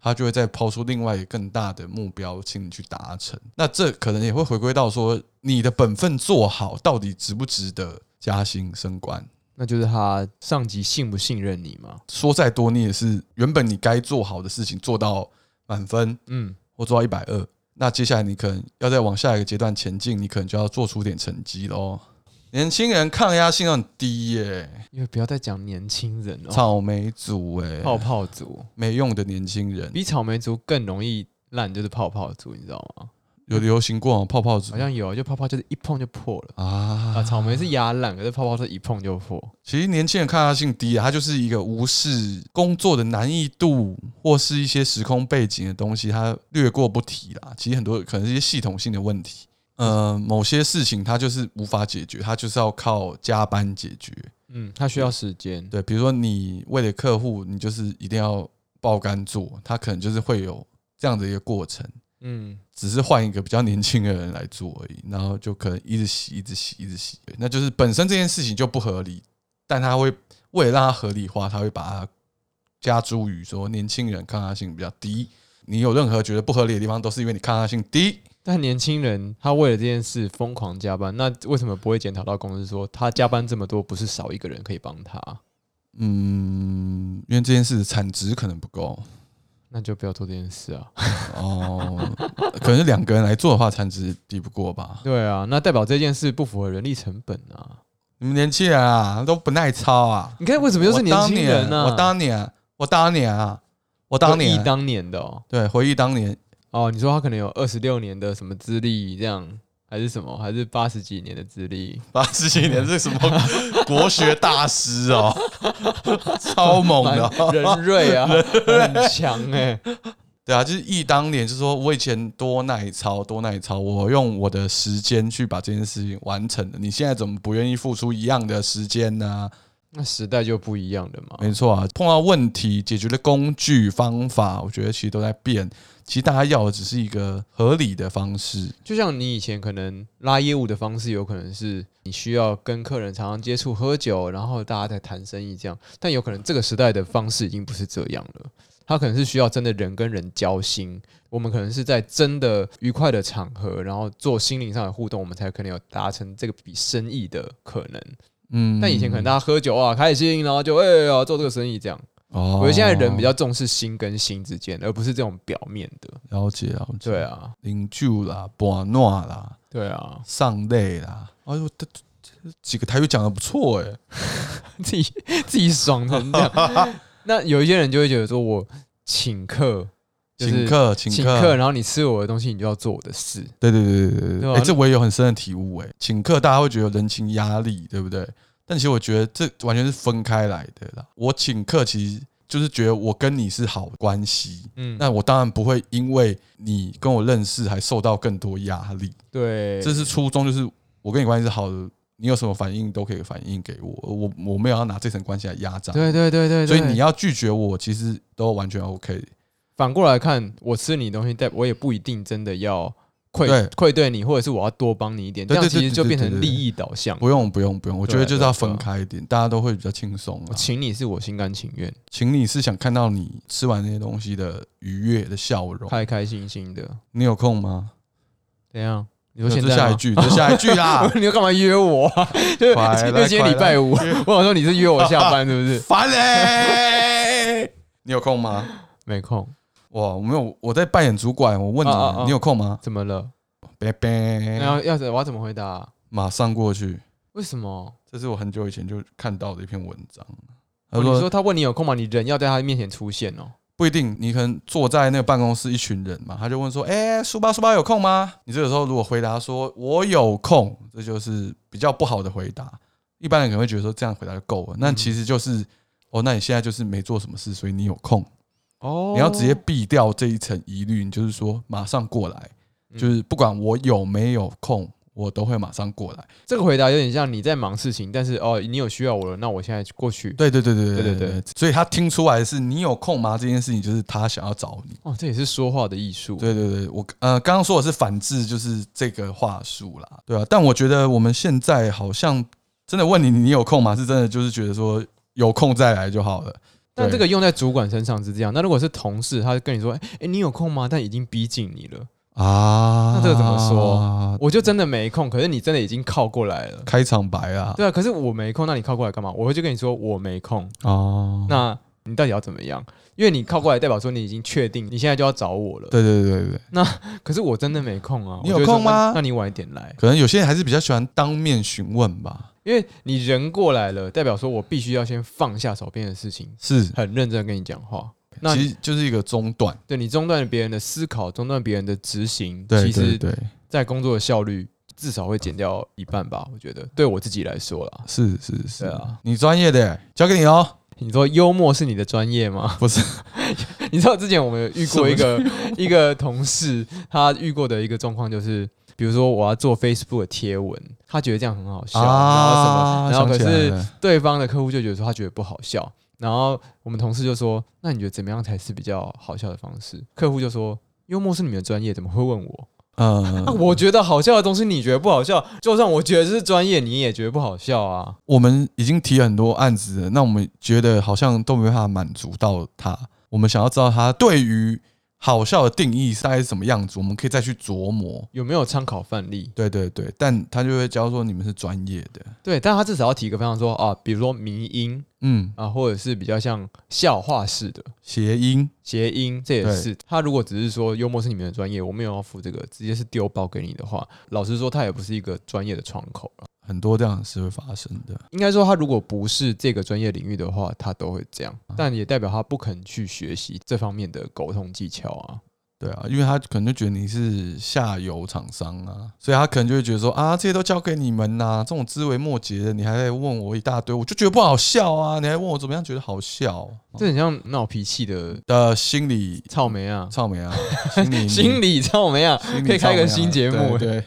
[SPEAKER 2] 他就会再抛出另外一个更大的目标，请你去达成。那这可能也会回归到说，你的本分做好，到底值不值得加薪升官？
[SPEAKER 1] 那就是他上级信不信任你嘛？
[SPEAKER 2] 说再多，你也是原本你该做好的事情做到满分
[SPEAKER 1] 嗯，
[SPEAKER 2] 或做到一百二，那接下来你可能要再往下一个阶段前进，你可能就要做出点成绩喽。年轻人抗压性很低耶、
[SPEAKER 1] 因为不要再讲年轻人哦了、
[SPEAKER 2] 草莓族哎、
[SPEAKER 1] 泡泡族
[SPEAKER 2] 没用的年轻人
[SPEAKER 1] 比草莓族更容易烂，就是泡泡族，你知道吗？
[SPEAKER 2] 有流行过吗泡泡族
[SPEAKER 1] 好像有，就泡泡就是一碰就破了啊，
[SPEAKER 2] 啊，
[SPEAKER 1] 草莓是压烂，可是泡泡是一碰就破。
[SPEAKER 2] 其实年轻人抗压性低啊，他就是一个无视工作的难易度或是一些时空背景的东西，他略过不提啦。其实很多可能是一些系统性的问题，呃，某些事情他就是无法解决，他就是要靠加班解决。
[SPEAKER 1] 嗯，它需要时间。
[SPEAKER 2] 对，比如说你为了客户，你就是一定要爆肝做，他可能就是会有这样的一个过程，
[SPEAKER 1] 嗯，
[SPEAKER 2] 只是换一个比较年轻的人来做而已，然后就可能一直洗，一直洗，一直洗，对那就是本身这件事情就不合理，但他会为了让它合理化，他会把它加诸于说年轻人抗压性比较低，你有任何觉得不合理的地方，都是因为你抗压性低，
[SPEAKER 1] 但年轻人他为了这件事疯狂加班，那为什么不会检讨到公司说他加班这么多，不是少一个人可以帮他？
[SPEAKER 2] 嗯，因为这件事的产值可能不够
[SPEAKER 1] 那就不要做这件事 啊。
[SPEAKER 2] 哦，可能两个人来做的话，产值抵不过吧。
[SPEAKER 1] 对啊，那代表这件事不符合人力成本啊。
[SPEAKER 2] 你们年轻人啊，都不耐操啊！
[SPEAKER 1] 你看为什么又是年轻人呢、啊？
[SPEAKER 2] 我当年，我当年啊，我当
[SPEAKER 1] 回忆
[SPEAKER 2] 年，
[SPEAKER 1] 当年的哦。
[SPEAKER 2] 对，回忆当年，
[SPEAKER 1] 哦，你说他可能有二十六年的什么资历，这样还是什么，还是八十几年的资历？
[SPEAKER 2] 八十几年是什么国学大师哦，超猛
[SPEAKER 1] 蛮
[SPEAKER 2] 的哦、
[SPEAKER 1] 人瑞啊，很强哎、
[SPEAKER 2] 对啊，就是忆当年，就是说我以前多耐操，多耐操，我用我的时间去把这件事情完成的。你现在怎么不愿意付出一样的时间呢、
[SPEAKER 1] 那时代就不一样的嘛。
[SPEAKER 2] 没错啊，碰到问题解决的工具方法，我觉得其实都在变。其实大家要的只是一个合理的方式。
[SPEAKER 1] 就像你以前可能拉业务的方式，有可能是你需要跟客人常常接触、喝酒，然后大家在谈生意这样。但有可能这个时代的方式已经不是这样了，他可能是需要真的人跟人交心。我们可能是在真的愉快的场合，然后做心灵上的互动，我们才可能有达成这个笔生意的可能。
[SPEAKER 2] 嗯，
[SPEAKER 1] 但以前可能大家喝酒啊，开心，然后就哎呀、做这个生意这样。
[SPEAKER 2] 哦
[SPEAKER 1] 我觉得现在人比较重视心跟心之间，而不是这种表面的。
[SPEAKER 2] 了解了解，
[SPEAKER 1] 对，啊，
[SPEAKER 2] 饮酒啦、博诺啦、
[SPEAKER 1] 对啊，
[SPEAKER 2] 上类啦，哎呦，这这这几个台语讲的不错哎、
[SPEAKER 1] 自己自己爽成这样。 那有一些人就会觉得说，我请客，就是
[SPEAKER 2] 请客，请
[SPEAKER 1] 请
[SPEAKER 2] 客，
[SPEAKER 1] 然后你吃我的东西，你就要做我的事。
[SPEAKER 2] 对对对对对
[SPEAKER 1] 对
[SPEAKER 2] 对，
[SPEAKER 1] 啊
[SPEAKER 2] 哎、这我也有很深的体悟哎、请客大家会觉得有人情压力，对不对？但其实我觉得这完全是分开来的啦。我请客其实就是觉得我跟你是好关系，
[SPEAKER 1] 嗯，
[SPEAKER 2] 那我当然不会因为你跟我认识还受到更多压力。
[SPEAKER 1] 对，
[SPEAKER 2] 这是初衷，就是我跟你关系是好的，你有什么反应都可以反映给我，我我没有要拿这层关系来压榨，
[SPEAKER 1] 对对对对对。嗯
[SPEAKER 2] 所以你要拒绝我，其实都完全 OK。
[SPEAKER 1] 反过来看，我吃你的东西，但我也不一定真的要愧
[SPEAKER 2] 对
[SPEAKER 1] 愧对你，或者是我要多帮你一点，这
[SPEAKER 2] 对
[SPEAKER 1] 样
[SPEAKER 2] 对对
[SPEAKER 1] 其实就
[SPEAKER 2] 对对
[SPEAKER 1] 变
[SPEAKER 2] 对
[SPEAKER 1] 成利
[SPEAKER 2] 对
[SPEAKER 1] 益导向。
[SPEAKER 2] 不用不用不用，我觉
[SPEAKER 1] 对
[SPEAKER 2] 得
[SPEAKER 1] 啊
[SPEAKER 2] 就是
[SPEAKER 1] 对啊
[SPEAKER 2] 要
[SPEAKER 1] 对
[SPEAKER 2] 分
[SPEAKER 1] 啊
[SPEAKER 2] 开一点，大家都会比较轻松啊
[SPEAKER 1] 我。请你是我心甘情愿，
[SPEAKER 2] 请你是想看到你吃完那些东西的愉悦的笑容。
[SPEAKER 1] 开开心心的。
[SPEAKER 2] 你有空吗？
[SPEAKER 1] 怎样？你
[SPEAKER 2] 这
[SPEAKER 1] 说现在
[SPEAKER 2] 下一
[SPEAKER 1] 吗，
[SPEAKER 2] 句， 这下一句 啦
[SPEAKER 1] 你又干嘛约我、啊？ 就是
[SPEAKER 2] 快来
[SPEAKER 1] 就今天
[SPEAKER 2] 快
[SPEAKER 1] 礼拜
[SPEAKER 2] 来？
[SPEAKER 1] 五，我想说你是约我下班是不是
[SPEAKER 2] 烦嘞！你有空吗？
[SPEAKER 1] 没空，
[SPEAKER 2] 哇，我没有，我在扮演主管，我问
[SPEAKER 1] 啊啊
[SPEAKER 2] 你，
[SPEAKER 1] 啊
[SPEAKER 2] 你有空吗？
[SPEAKER 1] 怎么了？
[SPEAKER 2] 拜
[SPEAKER 1] 然
[SPEAKER 2] 拜，
[SPEAKER 1] 后要怎我要怎么回答啊、
[SPEAKER 2] 马上过去。
[SPEAKER 1] 为什么？
[SPEAKER 2] 这是我很久以前就看到的一篇文章。他
[SPEAKER 1] 哦你
[SPEAKER 2] 说
[SPEAKER 1] 说他问你有空吗？你人要在他面前出现哦。
[SPEAKER 2] 不一定，你可能坐在那个办公室一群人嘛，他就问说：“哎、书包书包有空吗？”你这个时候如果回答说“我有空”，这就是比较不好的回答。一般人可能会觉得说这样回答就够了，那
[SPEAKER 1] 嗯
[SPEAKER 2] 其实就是、哦，那你现在就是没做什么事，所以你有空，
[SPEAKER 1] 哦
[SPEAKER 2] 你要直接避掉这一层疑虑，你就是说马上过来，
[SPEAKER 1] 嗯
[SPEAKER 2] 就是不管我有没有空，我都会马上过来。
[SPEAKER 1] 这个回答有点像你在忙事情，但是哦，你有需要我了，那我现在过去。
[SPEAKER 2] 对对对对
[SPEAKER 1] 对对
[SPEAKER 2] 对
[SPEAKER 1] 对
[SPEAKER 2] 对对，所以他听出来的是你有空吗这件事情，就是他想要找你。
[SPEAKER 1] 哦，这也是说话的艺术。
[SPEAKER 2] 对对对，我呃刚刚说的是反制，就是这个话术啦，对啊。但我觉得我们现在好像真的问你你有空吗？是真的就是觉得说有空再来就好了。
[SPEAKER 1] 但
[SPEAKER 2] 对
[SPEAKER 1] 这个用在主管身上是这样，那如果是同事，他跟你说，哎、诶你有空吗？但已经逼近你了，
[SPEAKER 2] 啊，
[SPEAKER 1] 那这个怎么说？我就真的没空，可是你真的已经靠过来了。
[SPEAKER 2] 开场白啊，
[SPEAKER 1] 对啊，可是我没空，那你靠过来干嘛？我会就跟你说我没空，
[SPEAKER 2] 哦，
[SPEAKER 1] 那你到底要怎么样？因为你靠过来代表说你已经确定你现在就要找我了，
[SPEAKER 2] 对对对对对，
[SPEAKER 1] 可是我真的没空啊。
[SPEAKER 2] 你
[SPEAKER 1] 我
[SPEAKER 2] 有
[SPEAKER 1] 就会
[SPEAKER 2] 空
[SPEAKER 1] 说那
[SPEAKER 2] 吗
[SPEAKER 1] 那你晚一点来，
[SPEAKER 2] 可能有些人还是比较喜欢当面询问吧。
[SPEAKER 1] 因为你人过来了，代表说我必须要先放下手边的事情，
[SPEAKER 2] 是，
[SPEAKER 1] 很认真地跟你讲话。那
[SPEAKER 2] 其实就是一个中断。
[SPEAKER 1] 对你中断别人的思考，中断别人的执行，
[SPEAKER 2] 对
[SPEAKER 1] 其
[SPEAKER 2] 对
[SPEAKER 1] 实
[SPEAKER 2] 对，
[SPEAKER 1] 在工作的效率至少会减掉一半吧。我觉得对我自己来说啦，
[SPEAKER 2] 是是是
[SPEAKER 1] 对啊，
[SPEAKER 2] 你专业的交给你哦，
[SPEAKER 1] 你说幽默是你的专业吗？
[SPEAKER 2] 不是
[SPEAKER 1] 你知道之前我们有遇过一个一个同事，他遇过的一个状况就是，比如说我要做 Facebook 的贴文，他觉得这样很好笑，然后什么，
[SPEAKER 2] 啊，
[SPEAKER 1] 然后可
[SPEAKER 2] 想起来
[SPEAKER 1] 是
[SPEAKER 2] 了
[SPEAKER 1] 对方的客户就觉得说他觉得不好笑，然后我们同事就说，那你觉得怎么样才是比较好笑的方式？客户就说。幽默是你们的专业，怎么会问我？
[SPEAKER 2] 嗯
[SPEAKER 1] 啊，我觉得好笑的东西，你觉得不好笑，就算我觉得这是专业，你也觉得不好笑啊。
[SPEAKER 2] 我们已经提很多案子了，那我们觉得好像都没办法满足到他。我们想要知道他对于好笑的定义大概是什么样子，我们可以再去琢磨。
[SPEAKER 1] 有没有参考范例？
[SPEAKER 2] 对对对，但他就会教说你们是专业的，
[SPEAKER 1] 对，但他至少要提个方向说啊，比如说迷音
[SPEAKER 2] 嗯，
[SPEAKER 1] 啊，或者是比较像笑话式的
[SPEAKER 2] 谐音，
[SPEAKER 1] 谐音，这也
[SPEAKER 2] 对
[SPEAKER 1] 是他如果只是说幽默是你们的专业，我没有要付这个，直接是丢包给你的话，老实说，他也不是一个专业的窗口啊
[SPEAKER 2] 很多这样的事会发生的。
[SPEAKER 1] 应该说，他如果不是这个专业领域的话，他都会这样，但也代表他不肯去学习这方面的沟通技巧啊。
[SPEAKER 2] 对啊，因为他可能就觉得你是下游厂商啊，所以他可能就会觉得说啊，这些都交给你们呐、这种枝微末节的，你还在问我一大堆，我就觉得不好笑啊，你还问我怎么样觉得好笑，啊
[SPEAKER 1] 这很像闹脾气的
[SPEAKER 2] 的心理
[SPEAKER 1] 草莓啊，
[SPEAKER 2] 草莓啊， 心理
[SPEAKER 1] 心理草莓啊，
[SPEAKER 2] 心理
[SPEAKER 1] 可以开个
[SPEAKER 2] 草莓啊
[SPEAKER 1] 新节目
[SPEAKER 2] 对。对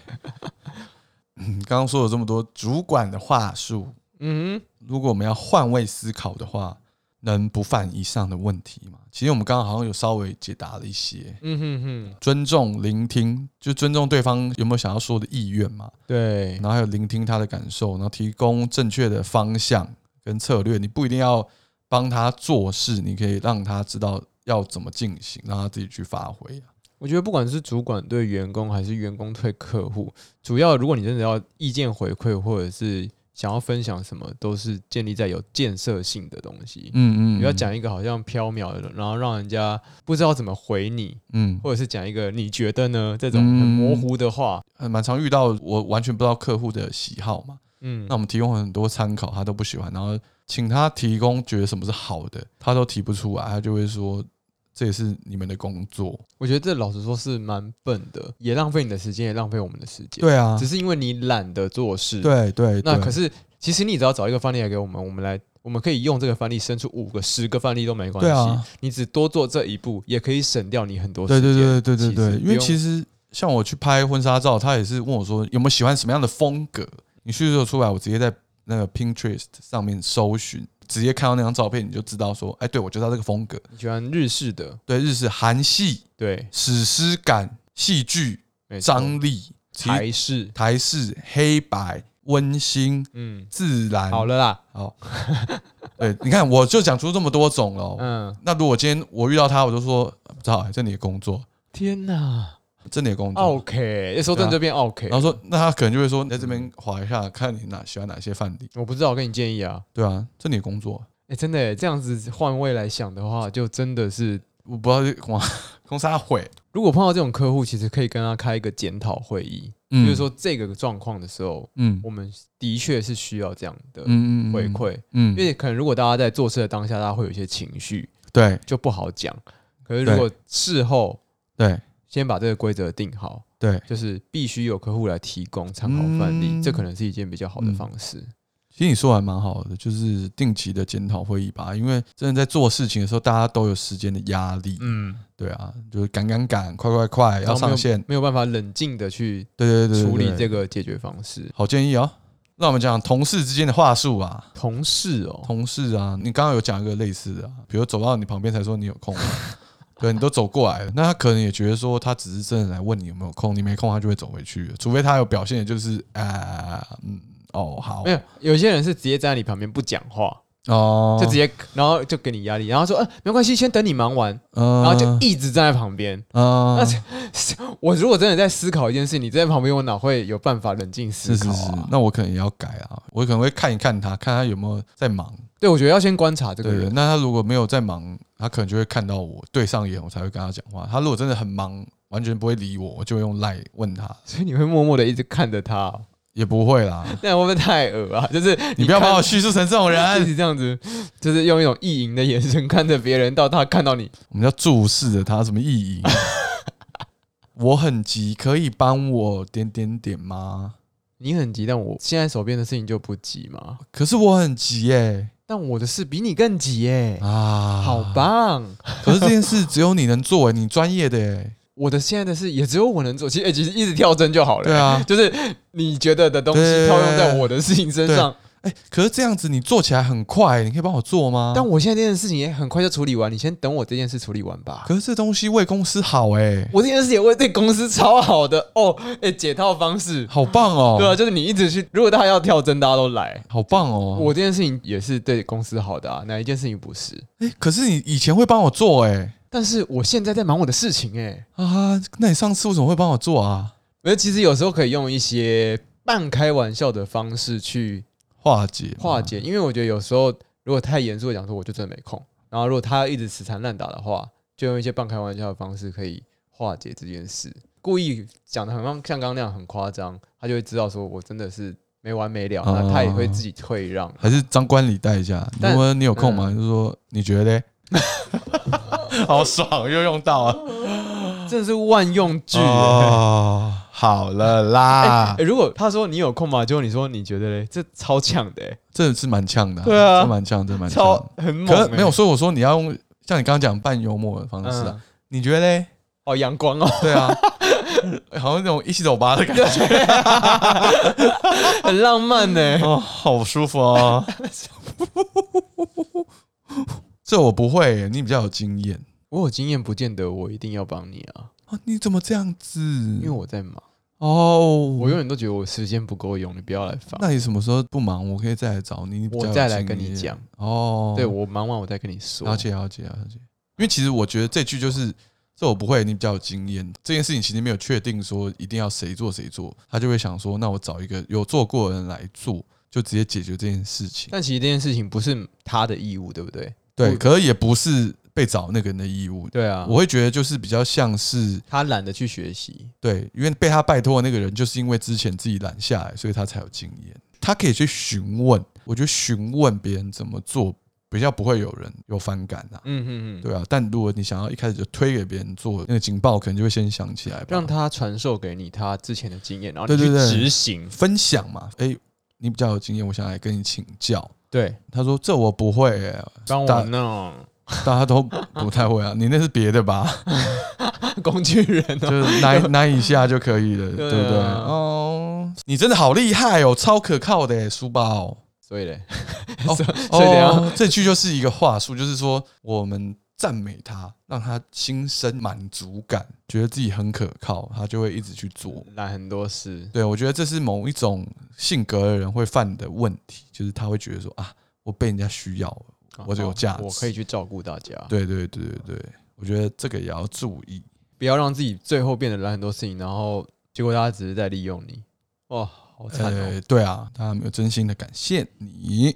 [SPEAKER 2] 嗯 刚刚说了这么多主管的话术，
[SPEAKER 1] 嗯
[SPEAKER 2] 如果我们要换位思考的话，能不犯以上的问题吗？其实我们刚刚好像有稍微解答了一些，
[SPEAKER 1] 哼嗯哼哼，
[SPEAKER 2] 尊重、聆听，就尊重对方有没有想要说的意愿嘛，
[SPEAKER 1] 对
[SPEAKER 2] 然，后还有聆听他的感受，然后提供正确的方向跟策略。你不一定要帮他做事，你可以让他知道要怎么进行，让他自己去发挥啊。
[SPEAKER 1] 我觉得不管是主管对员工，还是员工对客户，主要如果你真的要意见回馈，或者是想要分享什么，都是建立在有建设性的东西。
[SPEAKER 2] 嗯
[SPEAKER 1] 不要，讲一个好像缥缈的，然后让人家不知道怎么回你，
[SPEAKER 2] 嗯，
[SPEAKER 1] 或者是讲一个你觉得呢这种很模糊的话，
[SPEAKER 2] 呃蛮常遇到我完全不知道客户的喜好嘛，
[SPEAKER 1] 嗯
[SPEAKER 2] 那我们提供很多参考，他都不喜欢，然后请他提供觉得什么是好的，他都提不出来，他就会说这也是你们的工作。
[SPEAKER 1] 我觉得这老实说是蛮笨的，也浪费你的时间，也浪费我们的时间。、
[SPEAKER 2] 对啊
[SPEAKER 1] 只，是因为你懒得做事。，
[SPEAKER 2] 对啊对，
[SPEAKER 1] 那
[SPEAKER 2] 对
[SPEAKER 1] 可是其实你只要找一个范例来给我们，我们来。我们可以用这个范例生出五个、十个范例都没关系，
[SPEAKER 2] 对啊
[SPEAKER 1] 你只多做这一步，也可以省掉你很多时
[SPEAKER 2] 对
[SPEAKER 1] 间。
[SPEAKER 2] 对对
[SPEAKER 1] 其
[SPEAKER 2] 对对对
[SPEAKER 1] 实
[SPEAKER 2] 对，因为
[SPEAKER 1] 不用
[SPEAKER 2] 其实像我去拍婚纱照，他也是问我说有没有喜欢什么样的风格，你叙述出来，我直接在那个 Pinterest 上面搜寻，直接看到那张照片，你就知道说，哎，对我就知道这个风格，
[SPEAKER 1] 你喜欢日式的，
[SPEAKER 2] 对，日式、韩系、
[SPEAKER 1] 对，
[SPEAKER 2] 史诗感、戏剧、
[SPEAKER 1] 没错
[SPEAKER 2] 张力、其实
[SPEAKER 1] 台式，
[SPEAKER 2] 台式、黑白、温馨、
[SPEAKER 1] 嗯，
[SPEAKER 2] 自然。
[SPEAKER 1] 好了啦，
[SPEAKER 2] 好， 对，你看我就讲出这么多种了哦、
[SPEAKER 1] 嗯，
[SPEAKER 2] 那如果今天我遇到他，我就说呃不知道、欸，这你的工作，
[SPEAKER 1] 天哪
[SPEAKER 2] 这你的工作。
[SPEAKER 1] 哦，OK，那时候真的就变 OK，
[SPEAKER 2] 然后说，那他可能就会说，你在这边划一下，看你哪喜欢哪些范例，
[SPEAKER 1] 我不知道，我给你建议啊，
[SPEAKER 2] 对啊，这你的工作，
[SPEAKER 1] 哎、真的耶这样子换位来想的话，就真的是，
[SPEAKER 2] 我不知道是哇，公司他毁，
[SPEAKER 1] 如果碰到这种客户，其实可以跟他开一个检讨会议，
[SPEAKER 2] 嗯
[SPEAKER 1] 就是说这个状况的时候，
[SPEAKER 2] 嗯，
[SPEAKER 1] 我们的确是需要这样的
[SPEAKER 2] 嗯嗯嗯
[SPEAKER 1] 回，馈，
[SPEAKER 2] 嗯，
[SPEAKER 1] 因为可能如果大家在做事的当下，大家会有一些情绪，
[SPEAKER 2] 对
[SPEAKER 1] 就不好讲。可是如果事后
[SPEAKER 2] 对
[SPEAKER 1] 先把这个规则定好，
[SPEAKER 2] 对，
[SPEAKER 1] 就是必须有客户来提供参考范例，
[SPEAKER 2] 嗯
[SPEAKER 1] 这可能是一件比较好的
[SPEAKER 2] 嗯
[SPEAKER 1] 方式。
[SPEAKER 2] 其实你说得还蛮好的，就是定期的检讨会议吧，因为真的在做事情的时候，大家都有时间的压力，
[SPEAKER 1] 嗯，
[SPEAKER 2] 对啊，就是赶赶赶，快快快，
[SPEAKER 1] 然
[SPEAKER 2] 要
[SPEAKER 1] 后没有
[SPEAKER 2] 上线，
[SPEAKER 1] 没有办法冷静的去
[SPEAKER 2] 对对对对
[SPEAKER 1] 处理
[SPEAKER 2] 对
[SPEAKER 1] 这个解决方式。
[SPEAKER 2] 好建议哦。那我们讲同事之间的话术啊，
[SPEAKER 1] 同事哦，
[SPEAKER 2] 同事啊，你刚刚有讲一个类似的、啊，比如走到你旁边才说你有空吗， 对你都走过来了，那他可能也觉得说他只是真的来问你有没有空，你没空他就会走回去了，除非他有表现，的就是啊、嗯哦好
[SPEAKER 1] 没有，有些人是直接站在你旁边不讲话，
[SPEAKER 2] 哦，
[SPEAKER 1] 就直接，然后就给你压力，然后说，呃，没关系，先等你忙完，
[SPEAKER 2] 嗯
[SPEAKER 1] 然后就一直站在旁边。
[SPEAKER 2] 啊、
[SPEAKER 1] 那我如果真的在思考一件事，你站在旁边，我哪会有办法冷静思
[SPEAKER 2] 是
[SPEAKER 1] 考
[SPEAKER 2] 是是
[SPEAKER 1] 啊，？
[SPEAKER 2] 那我可能也要改啊，我可能会看一看他，看他有没有在忙，
[SPEAKER 1] 对，我觉得要先观察这个
[SPEAKER 2] 对对，
[SPEAKER 1] 人。
[SPEAKER 2] 那他如果没有在忙，他可能就会看到我对上眼，我才会跟他讲话。他如果真的很忙，完全不会理我，我就会用赖问他，
[SPEAKER 1] 所以你会默默的一直看着他哦，
[SPEAKER 2] 也不会 啦。
[SPEAKER 1] 那会不会太恶啊？就是
[SPEAKER 2] 你不要把我
[SPEAKER 1] 看
[SPEAKER 2] 叙述成这种
[SPEAKER 1] 一
[SPEAKER 2] 人，
[SPEAKER 1] 直这样子，就是用一种意淫的眼神看着别人，到他看到你，
[SPEAKER 2] 我们要注视着他，什么意 义？我很急，可以帮我点点点吗？
[SPEAKER 1] 你很急，但我现在手边的事情就不急嘛。
[SPEAKER 2] 可是我很急耶、
[SPEAKER 1] 但我的事比你更急耶、
[SPEAKER 2] 啊，
[SPEAKER 1] 好。棒！
[SPEAKER 2] 可是这件事只有你能做、欸，你专业的、 欸，
[SPEAKER 1] 我的现在的事也只有我能做，其实、欸、其实一直跳针就好了。
[SPEAKER 2] 对啊，
[SPEAKER 1] 就是你觉得的东西
[SPEAKER 2] 对
[SPEAKER 1] 套用在我的事情身上，
[SPEAKER 2] 哎、可是这样子你做起来很快、你可以帮我做吗？
[SPEAKER 1] 但我现在这件事情也很快就处理完，你先等我这件事处理完吧。
[SPEAKER 2] 可是这东西为公司好、欸，哎，
[SPEAKER 1] 我这件事也为对公司超好的哦，哎、解套方式，
[SPEAKER 2] 好棒哦、
[SPEAKER 1] 对啊，就是你一直去，如果大家要跳针，大家都来。
[SPEAKER 2] 好棒哦！
[SPEAKER 1] 我这件事情也是对公司好的啊，哪一件事情不是？
[SPEAKER 2] 哎、可是你以前会帮我做哎、
[SPEAKER 1] 但是我现在在忙我的事情、欸，
[SPEAKER 2] 啊，那你上次为什么会帮我做啊？
[SPEAKER 1] 哎，而其实有时候可以用一些半开玩笑的方式去
[SPEAKER 2] 化解嘛
[SPEAKER 1] 化解，因为我觉得有时候如果太严肃的讲说我就真的没空，然后如果他一直死缠烂打的话，就用一些半开玩笑的方式可以化解这件事。故意讲的很像像刚刚那样很夸张，他就会知道说我真的是没完没了，那他也
[SPEAKER 2] 哦
[SPEAKER 1] 会自己退让。
[SPEAKER 2] 还是张冠李戴一下。
[SPEAKER 1] 但嗯
[SPEAKER 2] 如果你有空吗？就说你 觉得嘞？好爽，又用到了。
[SPEAKER 1] 真的是万用句、 欸
[SPEAKER 2] 哦，啊好了啦，
[SPEAKER 1] 欸如果他说你有空吗？结果你说你觉得嘞，这超呛的、欸，
[SPEAKER 2] 真的是蛮呛的，
[SPEAKER 1] 对啊
[SPEAKER 2] 真蛮呛，真蛮呛。
[SPEAKER 1] 超很猛、
[SPEAKER 2] 可
[SPEAKER 1] 欸。
[SPEAKER 2] 是没有，所以我说你要用像你刚刚讲半幽默的方式啊
[SPEAKER 1] 嗯，，
[SPEAKER 2] 你觉得嘞？
[SPEAKER 1] 哦，阳光哦，
[SPEAKER 2] 对啊，哎好像那种一起走吧的感
[SPEAKER 1] 啊
[SPEAKER 2] 觉，
[SPEAKER 1] 很浪漫呢、
[SPEAKER 2] 哦，好舒服 哦。这我不会，你比较有经验
[SPEAKER 1] 我有经验，不见得我一定要帮你啊，
[SPEAKER 2] 啊！你怎么这样子？
[SPEAKER 1] 因为我在忙，
[SPEAKER 2] 哦，
[SPEAKER 1] 我永远都觉得我时间不够用，你不要来烦。
[SPEAKER 2] 那你什么时候不忙，我可以再来找你，你比较
[SPEAKER 1] 我
[SPEAKER 2] 有
[SPEAKER 1] 再来
[SPEAKER 2] 经
[SPEAKER 1] 跟你
[SPEAKER 2] 验
[SPEAKER 1] 讲
[SPEAKER 2] 哦。
[SPEAKER 1] 对我忙完我再跟你说
[SPEAKER 2] 了。解了解了解。因为其实我觉得这句就是这我不会，你比较有经验。这件事情其实没有确定说一定要谁做谁做，他就会想说，那我找一个有做过的人来做，就直接解决这件事情。
[SPEAKER 1] 但其实这件事情不是他的义务，对不对？
[SPEAKER 2] 对，
[SPEAKER 1] 我
[SPEAKER 2] 可是也不是被找那个人的义务。
[SPEAKER 1] 对啊，
[SPEAKER 2] 我会觉得就是比较像是
[SPEAKER 1] 他懒得去学习，
[SPEAKER 2] 对，因为被他拜托的那个人，就是因为之前自己懒下来，所以他才有经验。他可以去询问，我觉得询问别人怎么做，比较不会有人有反感啊。
[SPEAKER 1] 嗯嗯嗯，
[SPEAKER 2] 对啊，但如果你想要一开始就推给别人做那个警报，可能就会先想起来吧，
[SPEAKER 1] 让他传授给你他之前的经验，然后
[SPEAKER 2] 啊对
[SPEAKER 1] 你去
[SPEAKER 2] 对对
[SPEAKER 1] 执行。
[SPEAKER 2] 分享嘛。诶，你比较有经验，我想来跟你请教。
[SPEAKER 1] 对，
[SPEAKER 2] 他说：“这我不会、欸，
[SPEAKER 1] 帮
[SPEAKER 2] 大
[SPEAKER 1] 我弄
[SPEAKER 2] 大家都不太会啊。你那是别的吧？
[SPEAKER 1] 工具人
[SPEAKER 2] 就
[SPEAKER 1] 哦。
[SPEAKER 2] 是拿拿一下就可以了，
[SPEAKER 1] 对啊
[SPEAKER 2] 对不对？哦，你真的好厉害哦，超可靠的、欸，书包。
[SPEAKER 1] 所以嘞，
[SPEAKER 2] 哦
[SPEAKER 1] 所以所以怎样？
[SPEAKER 2] 哦，这句就是一个话术，就是说我们赞美他，让他心生满足感，觉得自己很可靠，他就会一直去做。
[SPEAKER 1] 懒很多事，
[SPEAKER 2] 对，我觉得这是某一种性格的人会犯的问题，就是他会觉得说啊，我被人家需要了。我就有
[SPEAKER 1] 哦
[SPEAKER 2] 价值
[SPEAKER 1] 我可以去照顾大家。
[SPEAKER 2] 对对对对对，我觉得这个也要注意。
[SPEAKER 1] 不要让自己最后变得懒很多事情，然后结果大家只是在利用你，哇，好惨哦！
[SPEAKER 2] 呃，对啊，他没有真心的感谢你。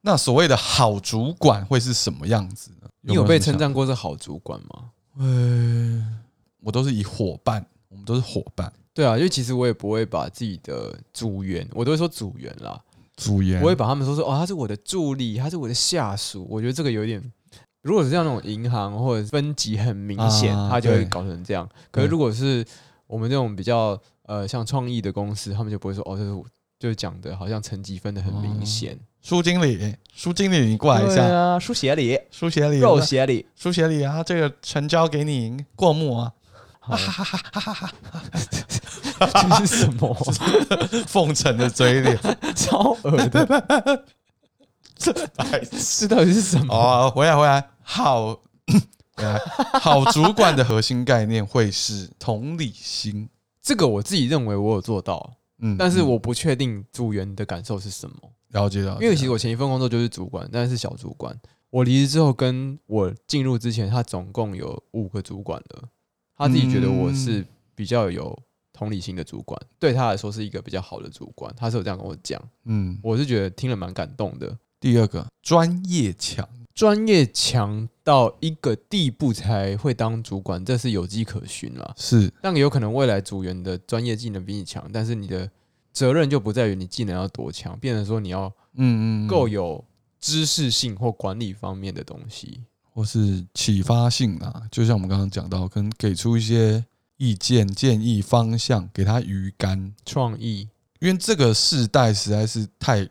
[SPEAKER 2] 那所谓的好主管会是什么样子呢？
[SPEAKER 1] 你有被
[SPEAKER 2] 什
[SPEAKER 1] 称
[SPEAKER 2] 么想？
[SPEAKER 1] 赞过是好主管吗？
[SPEAKER 2] 呃，我都是以伙伴，我们都是伙伴，
[SPEAKER 1] 对啊，因为其实我也不会把自己的组员，我都会说组员啦，
[SPEAKER 2] 组员
[SPEAKER 1] 我会把他们说说哦，他是我的助理，他是我的下属。我觉得这个有点，如果是像那种银行或者分级很明显，
[SPEAKER 2] 啊
[SPEAKER 1] 他就会
[SPEAKER 2] 对
[SPEAKER 1] 搞成这样。可是
[SPEAKER 2] 对
[SPEAKER 1] 如果是我们这种比较呃像创意的公司，他们就不会说哦，这是我就讲的好像层级分的很明
[SPEAKER 2] 哦
[SPEAKER 1] 显，
[SPEAKER 2] 苏经理，苏经理，你过来一
[SPEAKER 1] 对
[SPEAKER 2] 下，
[SPEAKER 1] 啊，书写里、
[SPEAKER 2] 苏协理，
[SPEAKER 1] 肉写里。
[SPEAKER 2] 苏协理啊，这个成交给你过目啊，
[SPEAKER 1] 哈哈哈哈哈！这是什么？
[SPEAKER 2] 奉承的嘴脸，
[SPEAKER 1] 超恶的，
[SPEAKER 2] 白
[SPEAKER 1] 这到底是什么？
[SPEAKER 2] 哦，回来回来，好， 回来好主管的核心概念会是同理心。
[SPEAKER 1] 这个我自己认为我有做到，
[SPEAKER 2] 嗯
[SPEAKER 1] 但是
[SPEAKER 2] 嗯哦
[SPEAKER 1] 我不确定组员的感受是什么，
[SPEAKER 2] 了解了解，
[SPEAKER 1] 因为其实我前一份工作就是主管，但是小主管。我离职之后，跟我进入之前，他总共有五个主管了。他自己觉得我是比较有同理心的主管，对他来说是一个比较好的主管。他是有这样跟我讲，
[SPEAKER 2] 嗯，
[SPEAKER 1] 我是觉得听了蛮感动的。
[SPEAKER 2] 第二个专业强，
[SPEAKER 1] 专业强到一个地步才会当主管，这是有迹可循啦。
[SPEAKER 2] 是
[SPEAKER 1] 但有可能未来组员的专业技能比你强，但是你的责任就不在于你技能要多强，变成说你要
[SPEAKER 2] 嗯嗯嗯
[SPEAKER 1] 够有知识性或管理方面的东西。
[SPEAKER 2] 或是启发性啊，就像我们刚刚讲到，跟给出一些意见、建议、方向，给他鱼竿，
[SPEAKER 1] 创意
[SPEAKER 2] 因为这个世代实在是太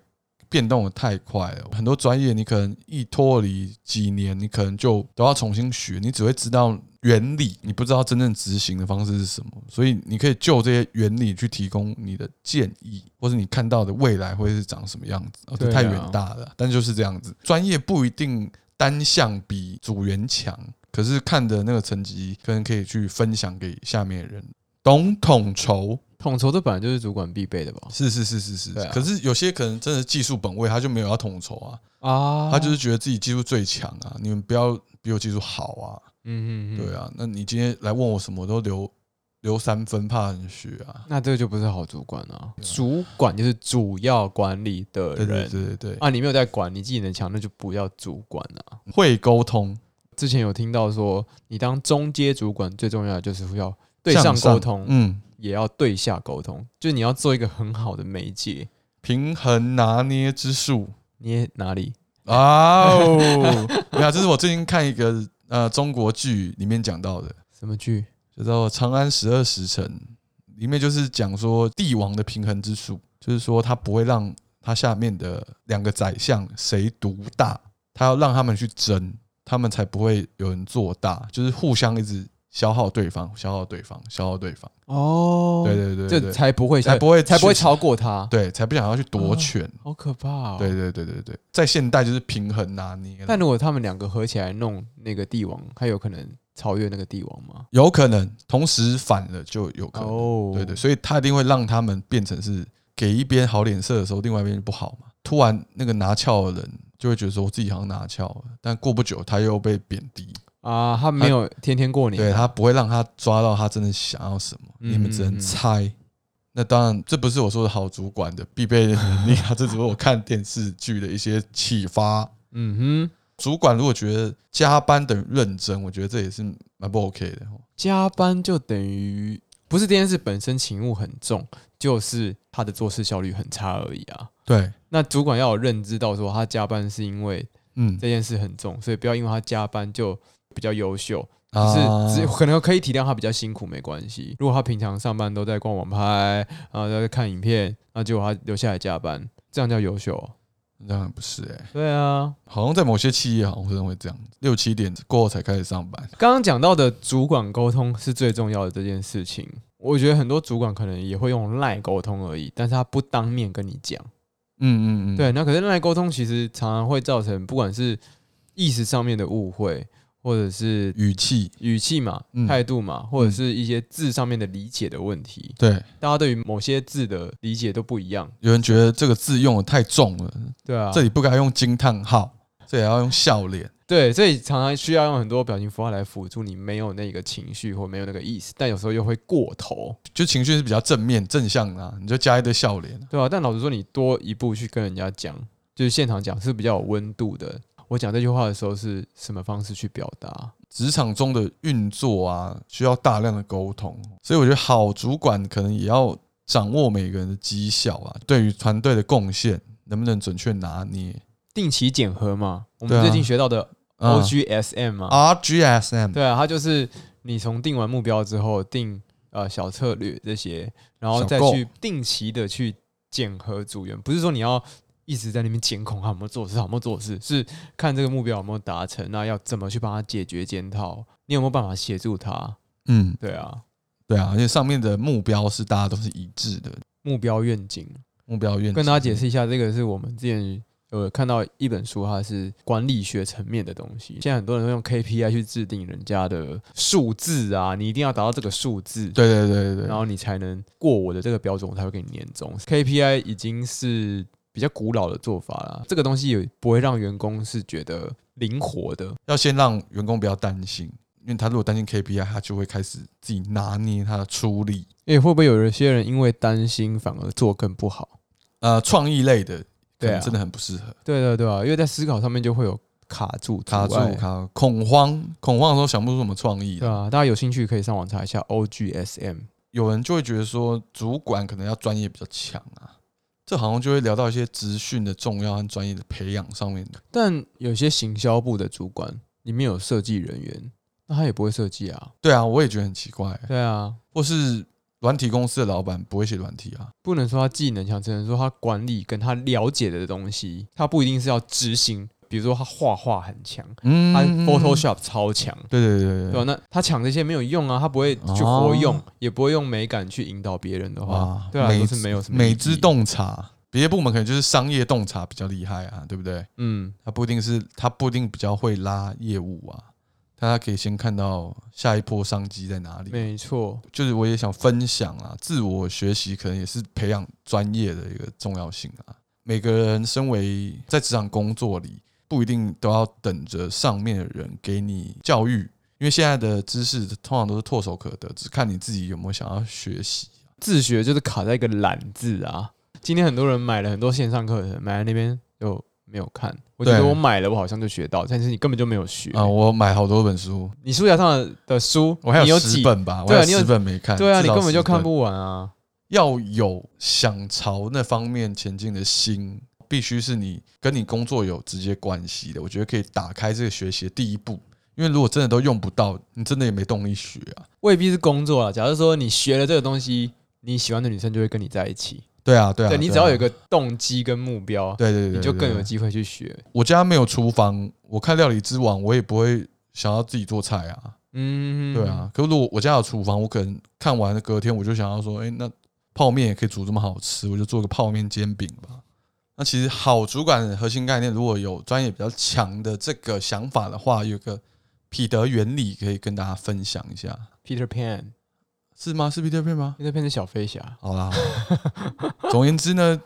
[SPEAKER 2] 变动的太快了，很多专业你可能一脱离几年，你可能就都要重新学，你只会知道原理，你不知道真正执行的方式是什么，所以你可以就这些原理去提供你的建议，或者你看到的未来会是长什么样子，哦，这
[SPEAKER 1] 对啊
[SPEAKER 2] 太远大了，但就是这样子，专业不一定单项比组员强。可是看的那个成绩，可能可以去分享给下面的人，懂统筹，
[SPEAKER 1] 统筹这本来就是主管必备的吧？
[SPEAKER 2] 是是是是是。
[SPEAKER 1] 哦对啊
[SPEAKER 2] 可是有些可能真的技术本位，他就没有要统筹啊，
[SPEAKER 1] 啊
[SPEAKER 2] 他就是觉得自己技术最强啊，你们不要比我技术好啊，
[SPEAKER 1] 嗯嗯嗯，
[SPEAKER 2] 对啊。那你今天来问我什么，我都留留三分，怕很虚啊。
[SPEAKER 1] 那这个就不是好主管啊。主管就是主要管理的
[SPEAKER 2] 对
[SPEAKER 1] 人
[SPEAKER 2] 对对对对，
[SPEAKER 1] 啊，你没有在管，你技能强，那就不要主管啊。
[SPEAKER 2] 会沟通，
[SPEAKER 1] 之前有听到说，你当中阶主管最重要的就是要对
[SPEAKER 2] 向
[SPEAKER 1] 上沟通，
[SPEAKER 2] 嗯，
[SPEAKER 1] 也要对下沟通，就是你要做一个很好的媒介。
[SPEAKER 2] 平衡拿捏 之术。
[SPEAKER 1] 你也哪里？
[SPEAKER 2] 啊哦，没有，这是我最近看一个呃中国剧里面讲到的，
[SPEAKER 1] 什么剧？
[SPEAKER 2] 就叫做《长安十二时辰》，里面就是讲说帝王的平衡之术，就是说他不会让他下面的两个宰相谁独大，他要让他们去争，他们才不会有人做大，就是互相一直消耗对方，消耗对方，消耗对方，
[SPEAKER 1] 哦
[SPEAKER 2] 对对对对
[SPEAKER 1] 这
[SPEAKER 2] 对
[SPEAKER 1] 才不会
[SPEAKER 2] 才不会
[SPEAKER 1] 才不会
[SPEAKER 2] 去嗯
[SPEAKER 1] 超过他。
[SPEAKER 2] 对，才不想要去夺权。
[SPEAKER 1] 好可怕哦！
[SPEAKER 2] 对对对对对，在现代就是平衡拿捏啦，
[SPEAKER 1] 但如果他们两个合起来弄那个帝王，还有可能超越那个帝王吗？
[SPEAKER 2] 有可能同时反了就有可能。
[SPEAKER 1] 哦
[SPEAKER 2] 对对，，所以他一定会让他们变成是给一边好脸色的时候，另外一边就不好嘛。突然那个拿翘的人就会觉得说我自己好像拿翘了，但过不久他又被贬低。
[SPEAKER 1] 啊，他没有天天过年，
[SPEAKER 2] 对他不会让他抓到他真的想要什么，
[SPEAKER 1] 嗯
[SPEAKER 2] 你们只能猜。那当然，这不是我说的好主管的必备能力啊，这只是我看电视剧的一些启发。
[SPEAKER 1] 嗯哼，
[SPEAKER 2] 主管如果觉得加班等于认真，我觉得这也是蛮不 OK 的哦。
[SPEAKER 1] 加班就等于不是这件事本身勤务很重，就是他的做事效率很差而已啊。
[SPEAKER 2] 对，
[SPEAKER 1] 那主管要有认知到说他加班是因为
[SPEAKER 2] 嗯，
[SPEAKER 1] 这件事很重，所以不要因为他加班就比较优秀，
[SPEAKER 2] 啊
[SPEAKER 1] 只是只可能可以体谅他比较辛苦没关系。如果他平常上班都在逛网拍，然后在看影片，那结果他留下来加班，这样叫优秀哦？
[SPEAKER 2] 当然不是哎、
[SPEAKER 1] 对啊，
[SPEAKER 2] 好像在某些企业，好像真的会这样，六七点过后才开始上班。
[SPEAKER 1] 刚刚讲到的主管沟通是最重要的这件事情，我觉得很多主管可能也会用赖沟通而已，但是他不当面跟你讲。
[SPEAKER 2] 嗯嗯嗯，
[SPEAKER 1] 对，那可是赖沟通其实常常会造成不管是意识上面的误会，或者是
[SPEAKER 2] 语气，
[SPEAKER 1] 语气嘛、
[SPEAKER 2] 嗯
[SPEAKER 1] 态度嘛，或者是一些字上面的理解的问题。
[SPEAKER 2] 对，
[SPEAKER 1] 大家对于某些字的理解都不一样，
[SPEAKER 2] 有人觉得这个字用的太重了，
[SPEAKER 1] 对啊，
[SPEAKER 2] 这里不该用惊叹号，这也要用笑脸。
[SPEAKER 1] 对，所以常常需要用很多表情符号来辅助你没有那个情绪或没有那个意思，但有时候又会过头，
[SPEAKER 2] 就情绪是比较正面正向的、啊，你就加一堆笑脸。
[SPEAKER 1] 对啊，但老实说，你多一步去跟人家讲，就是现场讲是比较有温度的。我讲这句话的时候是什么方式去表达？
[SPEAKER 2] 职场中的运作啊，需要大量的沟通，所以我觉得好主管可能也要掌握每个人的绩效啊，对于团队的贡献能不能准确拿捏。
[SPEAKER 1] 定期检核嘛，我
[SPEAKER 2] 对
[SPEAKER 1] 们
[SPEAKER 2] 啊
[SPEAKER 1] 最近学到的
[SPEAKER 2] 嗯
[SPEAKER 1] OGSM 嘛，
[SPEAKER 2] RGSM，
[SPEAKER 1] 对啊，它就是你从定完目标之后定呃小策略这些，然后
[SPEAKER 2] 小
[SPEAKER 1] 再
[SPEAKER 2] 购
[SPEAKER 1] 去定期的去检核组员，不是说你要一直在那边监控他有没有做事，他有没有做事，是看这个目标有没有达成，那要怎么去帮他解决检讨，你有没有办法协助他？
[SPEAKER 2] 嗯，
[SPEAKER 1] 对啊，
[SPEAKER 2] 对啊，而且上面的目标是大家都是一致的，
[SPEAKER 1] 目标愿景。
[SPEAKER 2] 目标愿景
[SPEAKER 1] 跟大家解释一下，这个是我们之前有看到一本书，它是管理学层面的东西。现在很多人都用 KPI 去制定人家的数字啊，你一定要达到这个数字，
[SPEAKER 2] 对对对对
[SPEAKER 1] 然
[SPEAKER 2] 对，
[SPEAKER 1] 后你才能过我的这个标准，我才会给你年终。KPI 已经是比较古老的做法了，这个东西也不会让员工是觉得灵活的。
[SPEAKER 2] 要先让员工不要担心，因为他如果担心 KPI，他就会开始自己拿捏他的出力。
[SPEAKER 1] 诶，会不会有一些人因为担心反而做更不好？
[SPEAKER 2] 呃，创意类的可
[SPEAKER 1] 对
[SPEAKER 2] 能
[SPEAKER 1] 啊，
[SPEAKER 2] 真的很不适合，
[SPEAKER 1] 对对对啊，因为在思考上面就会有卡住、
[SPEAKER 2] 卡
[SPEAKER 1] 阻
[SPEAKER 2] 住
[SPEAKER 1] 碍
[SPEAKER 2] 卡住恐慌，恐慌的时候想不出什么创意
[SPEAKER 1] 对
[SPEAKER 2] 啦。
[SPEAKER 1] 啊，大家有兴趣可以上网查一下 OGSM。
[SPEAKER 2] 有人就会觉得说，主管可能要专业比较强啊，这好像就会聊到一些职训的重要和专业的培养上面的。
[SPEAKER 1] 但有些行销部的主管里面有设计人员，那他也不会设计啊。
[SPEAKER 2] 对啊，我也觉得很奇怪、
[SPEAKER 1] 对啊，
[SPEAKER 2] 或是软体公司的老板不会写软体啊，
[SPEAKER 1] 不能说他技能强，只能说他管理跟他了解的东西，他不一定是要执行。比如说他画画很强，
[SPEAKER 2] 嗯
[SPEAKER 1] 他 Photoshop 超强，
[SPEAKER 2] 对对对
[SPEAKER 1] 对啊吧、
[SPEAKER 2] 对对，
[SPEAKER 1] 那他抢这些没有用啊，他不会去活用，
[SPEAKER 2] 哦
[SPEAKER 1] 也不会用美感去引导别人的话
[SPEAKER 2] 哇，，
[SPEAKER 1] 对啊，
[SPEAKER 2] 美
[SPEAKER 1] 都是没有什么
[SPEAKER 2] 美
[SPEAKER 1] 意义
[SPEAKER 2] 资，洞察，别的部门可能就是商业洞察比较厉害啊，对不对？
[SPEAKER 1] 嗯，
[SPEAKER 2] 他不一定是他不一定比较会拉业务啊，大家可以先看到下一波商机在哪里。
[SPEAKER 1] 没错，
[SPEAKER 2] 就是我也想分享啊，自我学习可能也是培养专业的一个重要性啊。每个人身为在职场工作里，不一定都要等着上面的人给你教育，因为现在的知识通常都是唾手可得，只看你自己有没有想要学习。
[SPEAKER 1] 自学就是卡在一个懒字啊。今天很多人买了很多线上课程，买在那边就没有看。我觉得
[SPEAKER 2] 对
[SPEAKER 1] 我买了，我好像就学到，但是你根本就没有学。
[SPEAKER 2] 啊，我买好多本书，
[SPEAKER 1] 你书架上的的书，
[SPEAKER 2] 我还
[SPEAKER 1] 你有
[SPEAKER 2] 有
[SPEAKER 1] 几
[SPEAKER 2] 十？本吧，我
[SPEAKER 1] 对啊
[SPEAKER 2] 还
[SPEAKER 1] 你有
[SPEAKER 2] 十本没看。
[SPEAKER 1] 对啊，
[SPEAKER 2] 至
[SPEAKER 1] 你
[SPEAKER 2] 少
[SPEAKER 1] 根本就
[SPEAKER 2] 10本
[SPEAKER 1] 看不完啊。
[SPEAKER 2] 要有想朝那方面前进的心，必须是你跟你工作有直接关系的。我觉得可以打开这个学习的第一步，因为如果真的都用不到，你真的也没动力学啊。
[SPEAKER 1] 未必是工作啊。假如说你学了这个东西，你喜欢的女生就会跟你在一起。
[SPEAKER 2] 对啊，对啊，
[SPEAKER 1] 对你只要有一
[SPEAKER 2] 个，
[SPEAKER 1] 个动机跟目标，
[SPEAKER 2] 对对对，
[SPEAKER 1] 你
[SPEAKER 2] 对
[SPEAKER 1] 就更有。
[SPEAKER 2] 对
[SPEAKER 1] 机会去学。
[SPEAKER 2] 我家没有厨房，我看料理之王，我也不会想要自己做菜啊。
[SPEAKER 1] 嗯，
[SPEAKER 2] 对啊，，可是如果我家有厨房，我可能看完了隔天我就想要说，哎、那泡面也可以煮这么好吃，我就做个泡面煎饼吧。那其实好主管的核心概念，如果有专业比较强的这个想法的话，有一个彼得原理可以跟大家分享一下，
[SPEAKER 1] Peter Pan，Peter
[SPEAKER 2] 是吗？是彼得 n 吗？
[SPEAKER 1] Pan 是小飞侠，
[SPEAKER 2] 好啦，好啦总而言之呢，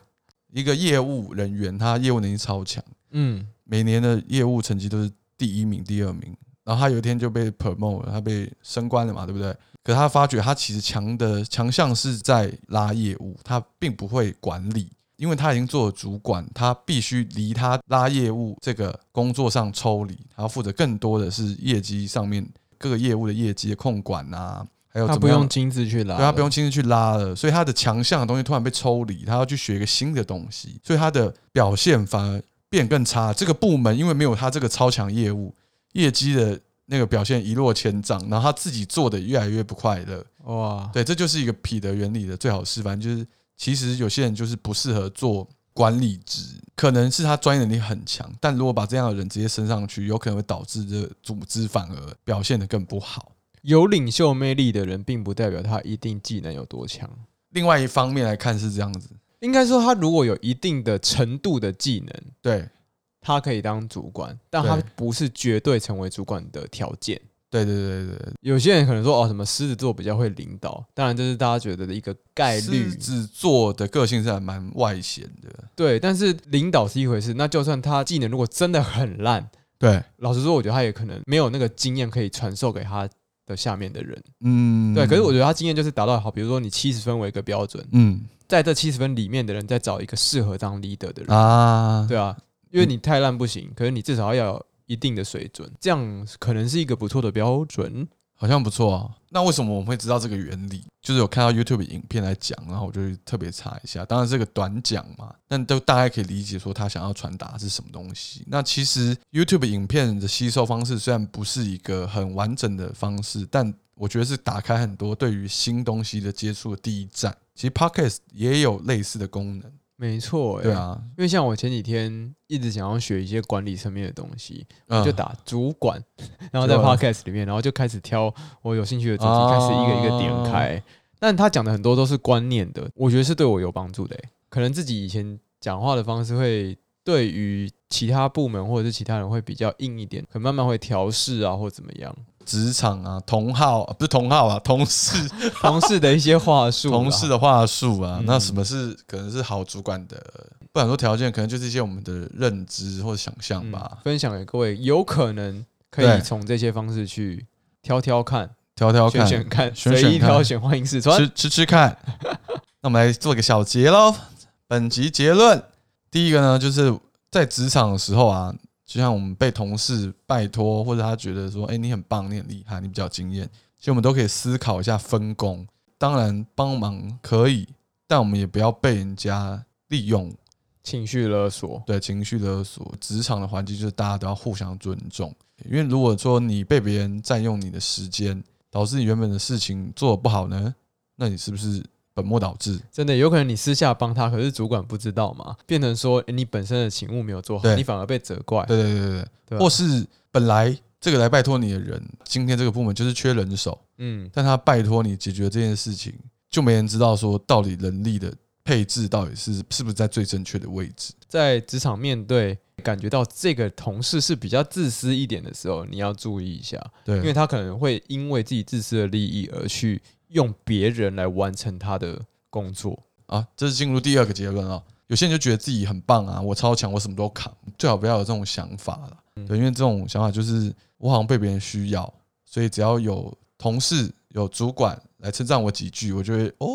[SPEAKER 2] 一个业务人员他业务能力超强，
[SPEAKER 1] 嗯，
[SPEAKER 2] 每年的业务成绩都是第一名、第二名。然后他有一天就被 promote，了他被升官了嘛，对不对？可他发觉他其实强的强项是在拉业务，他并不会管理，因为他已经做了主管，他必须离他拉业务这个工作上抽离，他要负责更多的是业绩上面各个业务的业绩的控管啊，还有
[SPEAKER 1] 他
[SPEAKER 2] 怎
[SPEAKER 1] 不
[SPEAKER 2] 么样
[SPEAKER 1] 用亲自去拉，
[SPEAKER 2] 对他不用，亲自去拉了，所以他的强项的东西突然被抽离，他要去学一个新的东西，所以他的表现反而变更差。这个部门因为没有他这个超强业务，业绩的那个表现一落千丈，然后他自己做的越来越不快乐。
[SPEAKER 1] 哇，
[SPEAKER 2] 对，这就是一个彼得原理的最好示范，就是其实有些人就是不适合做管理职，可能是他专业能力很强，但如果把这样的人直接升上去，有可能会导致这个组织反而表现得更不好。
[SPEAKER 1] 有领袖魅力的人，并不代表他一定技能有多强。
[SPEAKER 2] 另外一方面来看是这样子，
[SPEAKER 1] 应该说，他如果有一定的程度的技能，
[SPEAKER 2] 对。
[SPEAKER 1] 他可以当主管，但他
[SPEAKER 2] 对
[SPEAKER 1] 不是绝对成为主管的条件。
[SPEAKER 2] 对对对对对，
[SPEAKER 1] 有些人可能说哦，什么狮子座比较会领导，当然这是大家觉得的一个概率
[SPEAKER 2] 狮，子座的个性是还蛮外显的，
[SPEAKER 1] 对。但是领导是一回事，那就算他技能如果真的很烂，
[SPEAKER 2] 对，
[SPEAKER 1] 老实说，我觉得他也可能没有那个经验可以传授给他的下面的人。
[SPEAKER 2] 嗯，
[SPEAKER 1] 对，可是我觉得他经验就是达到好，比如说你七十分为一个标准，
[SPEAKER 2] 嗯
[SPEAKER 1] 在这七十分里面的人再找一个适合当 leader 的人，
[SPEAKER 2] 啊，
[SPEAKER 1] 对啊，因为你太烂不行，可是你至少要有一定的水准，这样可能是一个不错的标准。
[SPEAKER 2] 好像不错啊。那为什么我们会知道这个原理？就是有看到 YouTube 影片来讲，然后我就特别查一下。当然是个短讲嘛，但都大概可以理解说他想要传达是什么东西。那其实 YouTube 影片的吸收方式虽然不是一个很完整的方式，但我觉得是打开很多对于新东西的接触的第一站。其实 Podcast 也有类似的功能，
[SPEAKER 1] 没错、欸，
[SPEAKER 2] 对，啊，
[SPEAKER 1] 因为像我前几天一直想要学一些管理层面的东西，
[SPEAKER 2] 嗯
[SPEAKER 1] 就打主管，然后在
[SPEAKER 2] 主
[SPEAKER 1] podcast 里面，然后就开始挑我有兴趣的主题，
[SPEAKER 2] 啊
[SPEAKER 1] 开始一个一个点开。但他讲的很多都是观念的，我觉得是对我有帮助的欸、可能自己以前讲话的方式会对于其他部门或者是其他人会比较硬一点，可能慢慢会调试啊，或怎么样。
[SPEAKER 2] 职场啊，同号啊不是同号啊，同事
[SPEAKER 1] 同事的一些话术啦，
[SPEAKER 2] 同事的话术啊，
[SPEAKER 1] 嗯
[SPEAKER 2] 那什么是可能是好主管的，不然说条件可能就是一些我们的认知或者想象
[SPEAKER 1] 嗯
[SPEAKER 2] 吧，
[SPEAKER 1] 分享给各位，有可能可以
[SPEAKER 2] 对
[SPEAKER 1] 从这些方式去挑挑看、
[SPEAKER 2] 挑挑看，
[SPEAKER 1] 选选看、
[SPEAKER 2] 选选
[SPEAKER 1] 随意
[SPEAKER 2] 看
[SPEAKER 1] 挑选，欢迎 试穿。
[SPEAKER 2] 吃吃吃看。那我们来做个小结喽。本集结论，第一个呢，就是在职场的时候啊，就像我们被同事拜托，或者他觉得说，哎、你很棒，你很厉害，你比较有经验，其实我们都可以思考一下分工。当然，帮忙可以，但我们也不要被人家利用，
[SPEAKER 1] 情绪勒索，
[SPEAKER 2] 对情绪勒索。职场的环境就是大家都要互相尊重，因为如果说你被别人占用你的时间，导致你原本的事情做得不好呢，那你是不是本末倒置？
[SPEAKER 1] 真的有可能你私下帮他，可是主管不知道嘛，变成说、诶你本身的勤务没有做好，
[SPEAKER 2] 对
[SPEAKER 1] 你反而被责怪。
[SPEAKER 2] 对对对对
[SPEAKER 1] 对
[SPEAKER 2] 对，
[SPEAKER 1] 吧
[SPEAKER 2] 啊或是本来这个来拜托你的人，今天这个部门就是缺人手，
[SPEAKER 1] 嗯，
[SPEAKER 2] 但他拜托你解决这件事情，就没人知道说到底人力的配置到底是是不是在最正确的位置。
[SPEAKER 1] 在职场面对感觉到这个同事是比较自私一点的时候，你要注意一下，因为
[SPEAKER 2] 对，啊
[SPEAKER 1] 他可能会因为自己自私的利益而去用别人来完成他的工作。。
[SPEAKER 2] 啊，这是进入第二个结论啊。有些人就觉得自己很棒啊，我超强，我什么都扛，最好不要有这种想法了。对，因为这种想法就是我好像被别人需要，所以只要有同事、有主管来称赞我几句，我就会哦，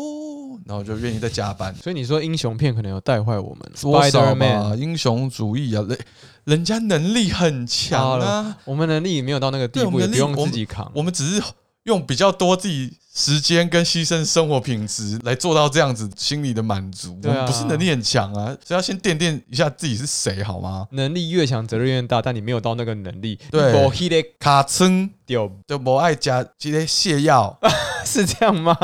[SPEAKER 2] 然后就愿意再加班
[SPEAKER 1] 所以你说英雄片可能有带坏我们
[SPEAKER 2] 多少嘛，
[SPEAKER 1] ，Spider-Man，
[SPEAKER 2] 英雄主义啊，人人家能力很强啊，
[SPEAKER 1] 我们能力没有到那个地
[SPEAKER 2] 对我
[SPEAKER 1] 步，
[SPEAKER 2] 们
[SPEAKER 1] 也不用
[SPEAKER 2] 能力我
[SPEAKER 1] 自
[SPEAKER 2] 们
[SPEAKER 1] 己扛。
[SPEAKER 2] 我们只是用比较多自己时间跟牺牲生活品质来做到这样子心理的满足。
[SPEAKER 1] 对啊
[SPEAKER 2] 我们不是能力很强啊，所以要先垫垫一下自己是谁好吗？
[SPEAKER 1] 能力越强，责任越大，但你没有到那个能力，
[SPEAKER 2] 对
[SPEAKER 1] 我 h i
[SPEAKER 2] 卡称
[SPEAKER 1] 掉，
[SPEAKER 2] 就不爱加这些泻药，
[SPEAKER 1] 是这样吗？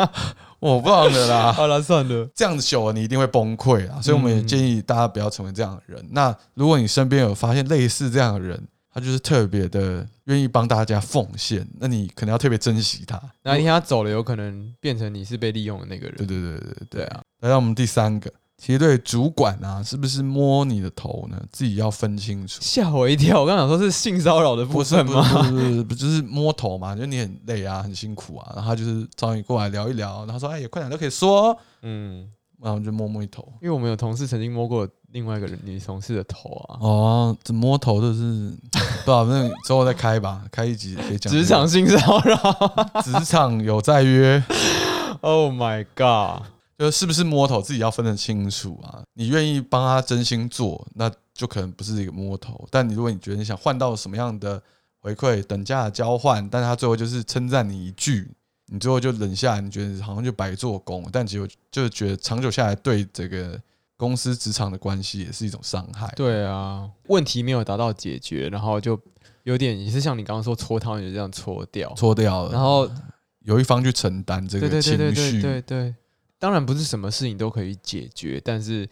[SPEAKER 2] 我忘了啦。
[SPEAKER 1] 好了，算了，
[SPEAKER 2] 这样子久了，你一定会崩溃啊！所以我们也
[SPEAKER 1] 嗯
[SPEAKER 2] 建议大家不要成为这样的人。那如果你身边有发现类似这样的人，他就是特别的愿意帮大家奉献，那你可能要特别珍惜他。
[SPEAKER 1] 哪一天他走了，有可能变成你是被利用的那个
[SPEAKER 2] 对
[SPEAKER 1] 人。
[SPEAKER 2] 对对对对
[SPEAKER 1] 对啊，
[SPEAKER 2] 来到我们第三个，其实对主管啊，是不是摸你的头呢？自己要分清楚。
[SPEAKER 1] 吓我一跳！我刚想说是性骚扰的部
[SPEAKER 2] 不是
[SPEAKER 1] 分
[SPEAKER 2] 不
[SPEAKER 1] 吗？
[SPEAKER 2] 是不是不是不是就是摸头嘛，就你很累啊，很辛苦啊，然后他就是找你过来聊一聊，然后说哎也快点都可以说哦，
[SPEAKER 1] 嗯，
[SPEAKER 2] 然后就摸摸你头。
[SPEAKER 1] 因为我们有同事曾经摸过另外一个人女同事的头啊，
[SPEAKER 2] 哦，这摸头就是不好，那之后再开吧，开一集可以讲这个
[SPEAKER 1] 职场性骚 扰。
[SPEAKER 2] 职场有在约，
[SPEAKER 1] oh my god！
[SPEAKER 2] 就是不是摸头自己要分得清楚啊。你愿意帮他真心做，那就可能不是一个摸头。但你如果你觉得你想换到什么样的回馈、等价的交换，但他最后就是称赞你一句，你最后就忍下来，你觉得好像就白做工，但结果就是觉得长久下来对这个公司职场的关系也是一种伤害。
[SPEAKER 1] 对啊，问题没有达到解决，然后就有点也是像你刚刚说搓汤圆这样搓掉，
[SPEAKER 2] 搓掉了，
[SPEAKER 1] 然后
[SPEAKER 2] 有一方去承担这
[SPEAKER 1] 对对
[SPEAKER 2] 个
[SPEAKER 1] 对对对
[SPEAKER 2] 情
[SPEAKER 1] 对
[SPEAKER 2] 绪，
[SPEAKER 1] 对，当然不是什么事情都可以解决，但是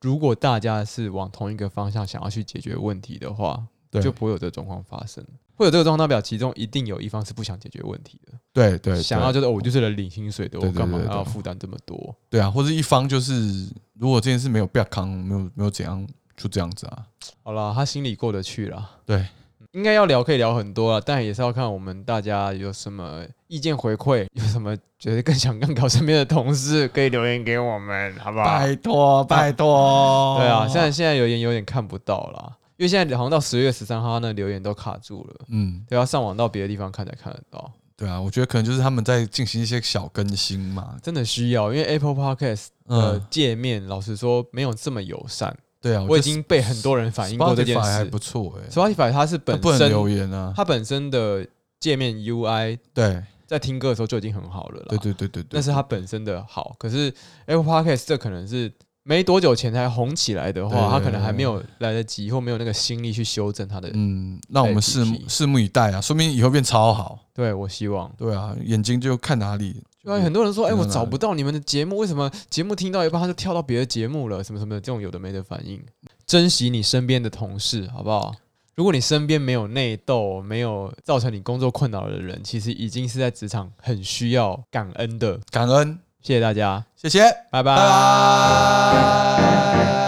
[SPEAKER 1] 如果大家是往同一个方向想要去解决问题的话，
[SPEAKER 2] 对
[SPEAKER 1] 就不会有这个状况发生。会有这个状况，代表其中一定有一方是不想解决问题的，
[SPEAKER 2] 对对对，
[SPEAKER 1] 想要就是、哦、我就是来领薪水的，我
[SPEAKER 2] 对对
[SPEAKER 1] 干嘛
[SPEAKER 2] 对对
[SPEAKER 1] 要
[SPEAKER 2] 对
[SPEAKER 1] 负担这么多？
[SPEAKER 2] 对啊，或者一方就是如果这件事没有不要扛，没有没有怎样，就这样子啊。
[SPEAKER 1] 好啦，他心里过得去啦。
[SPEAKER 2] 对，
[SPEAKER 1] 应该要聊可以聊很多啊，但也是要看我们大家有什么意见回馈，有什么觉得更想更搞身边的同事，可以留言给我们，好不好？
[SPEAKER 2] 拜托，拜托。
[SPEAKER 1] 对啊，现在现在留言有点看不到啦，因为现在好像到十月十三号，那留言都卡住了，
[SPEAKER 2] 嗯，
[SPEAKER 1] 对，要啊上网到别的地方看才看得到。
[SPEAKER 2] 对啊，我觉得可能就是他们在进行一些小更新嘛。
[SPEAKER 1] 真的需要，因为 Apple Podcast 的
[SPEAKER 2] 嗯，
[SPEAKER 1] 界面，老实说没有这么友善。
[SPEAKER 2] 对啊，
[SPEAKER 1] 我已
[SPEAKER 2] 觉得
[SPEAKER 1] 经被很多人反映过这件
[SPEAKER 2] Spotify 还
[SPEAKER 1] 事
[SPEAKER 2] 不。错哎，
[SPEAKER 1] Spotify 它是
[SPEAKER 2] 它
[SPEAKER 1] 本
[SPEAKER 2] 不能留
[SPEAKER 1] 身
[SPEAKER 2] 言啊。
[SPEAKER 1] 它本身的界面 UI
[SPEAKER 2] 对，
[SPEAKER 1] 在听歌的时候就已经很好了啦，
[SPEAKER 2] 对对对对对，
[SPEAKER 1] 那是它本身的好。可是 Apple Podcast 这可能是没多久前才红起来的
[SPEAKER 2] 对对
[SPEAKER 1] 话，
[SPEAKER 2] 对
[SPEAKER 1] 它可能还没有来得及，或没有那个心力去修正它的。
[SPEAKER 2] 嗯，让我们拭目
[SPEAKER 1] 被提
[SPEAKER 2] 拭目以待啊，说不定以后变超好。
[SPEAKER 1] 对我希望。
[SPEAKER 2] 对啊，眼睛就看哪里。
[SPEAKER 1] 对啊，很多人说，哎、
[SPEAKER 2] 嗯真的
[SPEAKER 1] 我
[SPEAKER 2] 哪
[SPEAKER 1] 找
[SPEAKER 2] 里
[SPEAKER 1] 不到你们的节目，为什么节目听到一半他就跳到别的节目了，什么什么的，这种有的没的反应。珍惜你身边的同事，好不好？如果你身边没有内斗，没有造成你工作困扰的人，其实已经是在职场很需要感恩的。
[SPEAKER 2] 感恩，
[SPEAKER 1] 谢谢大家，
[SPEAKER 2] 谢谢，
[SPEAKER 1] 拜拜。
[SPEAKER 2] 拜拜。
[SPEAKER 1] 哎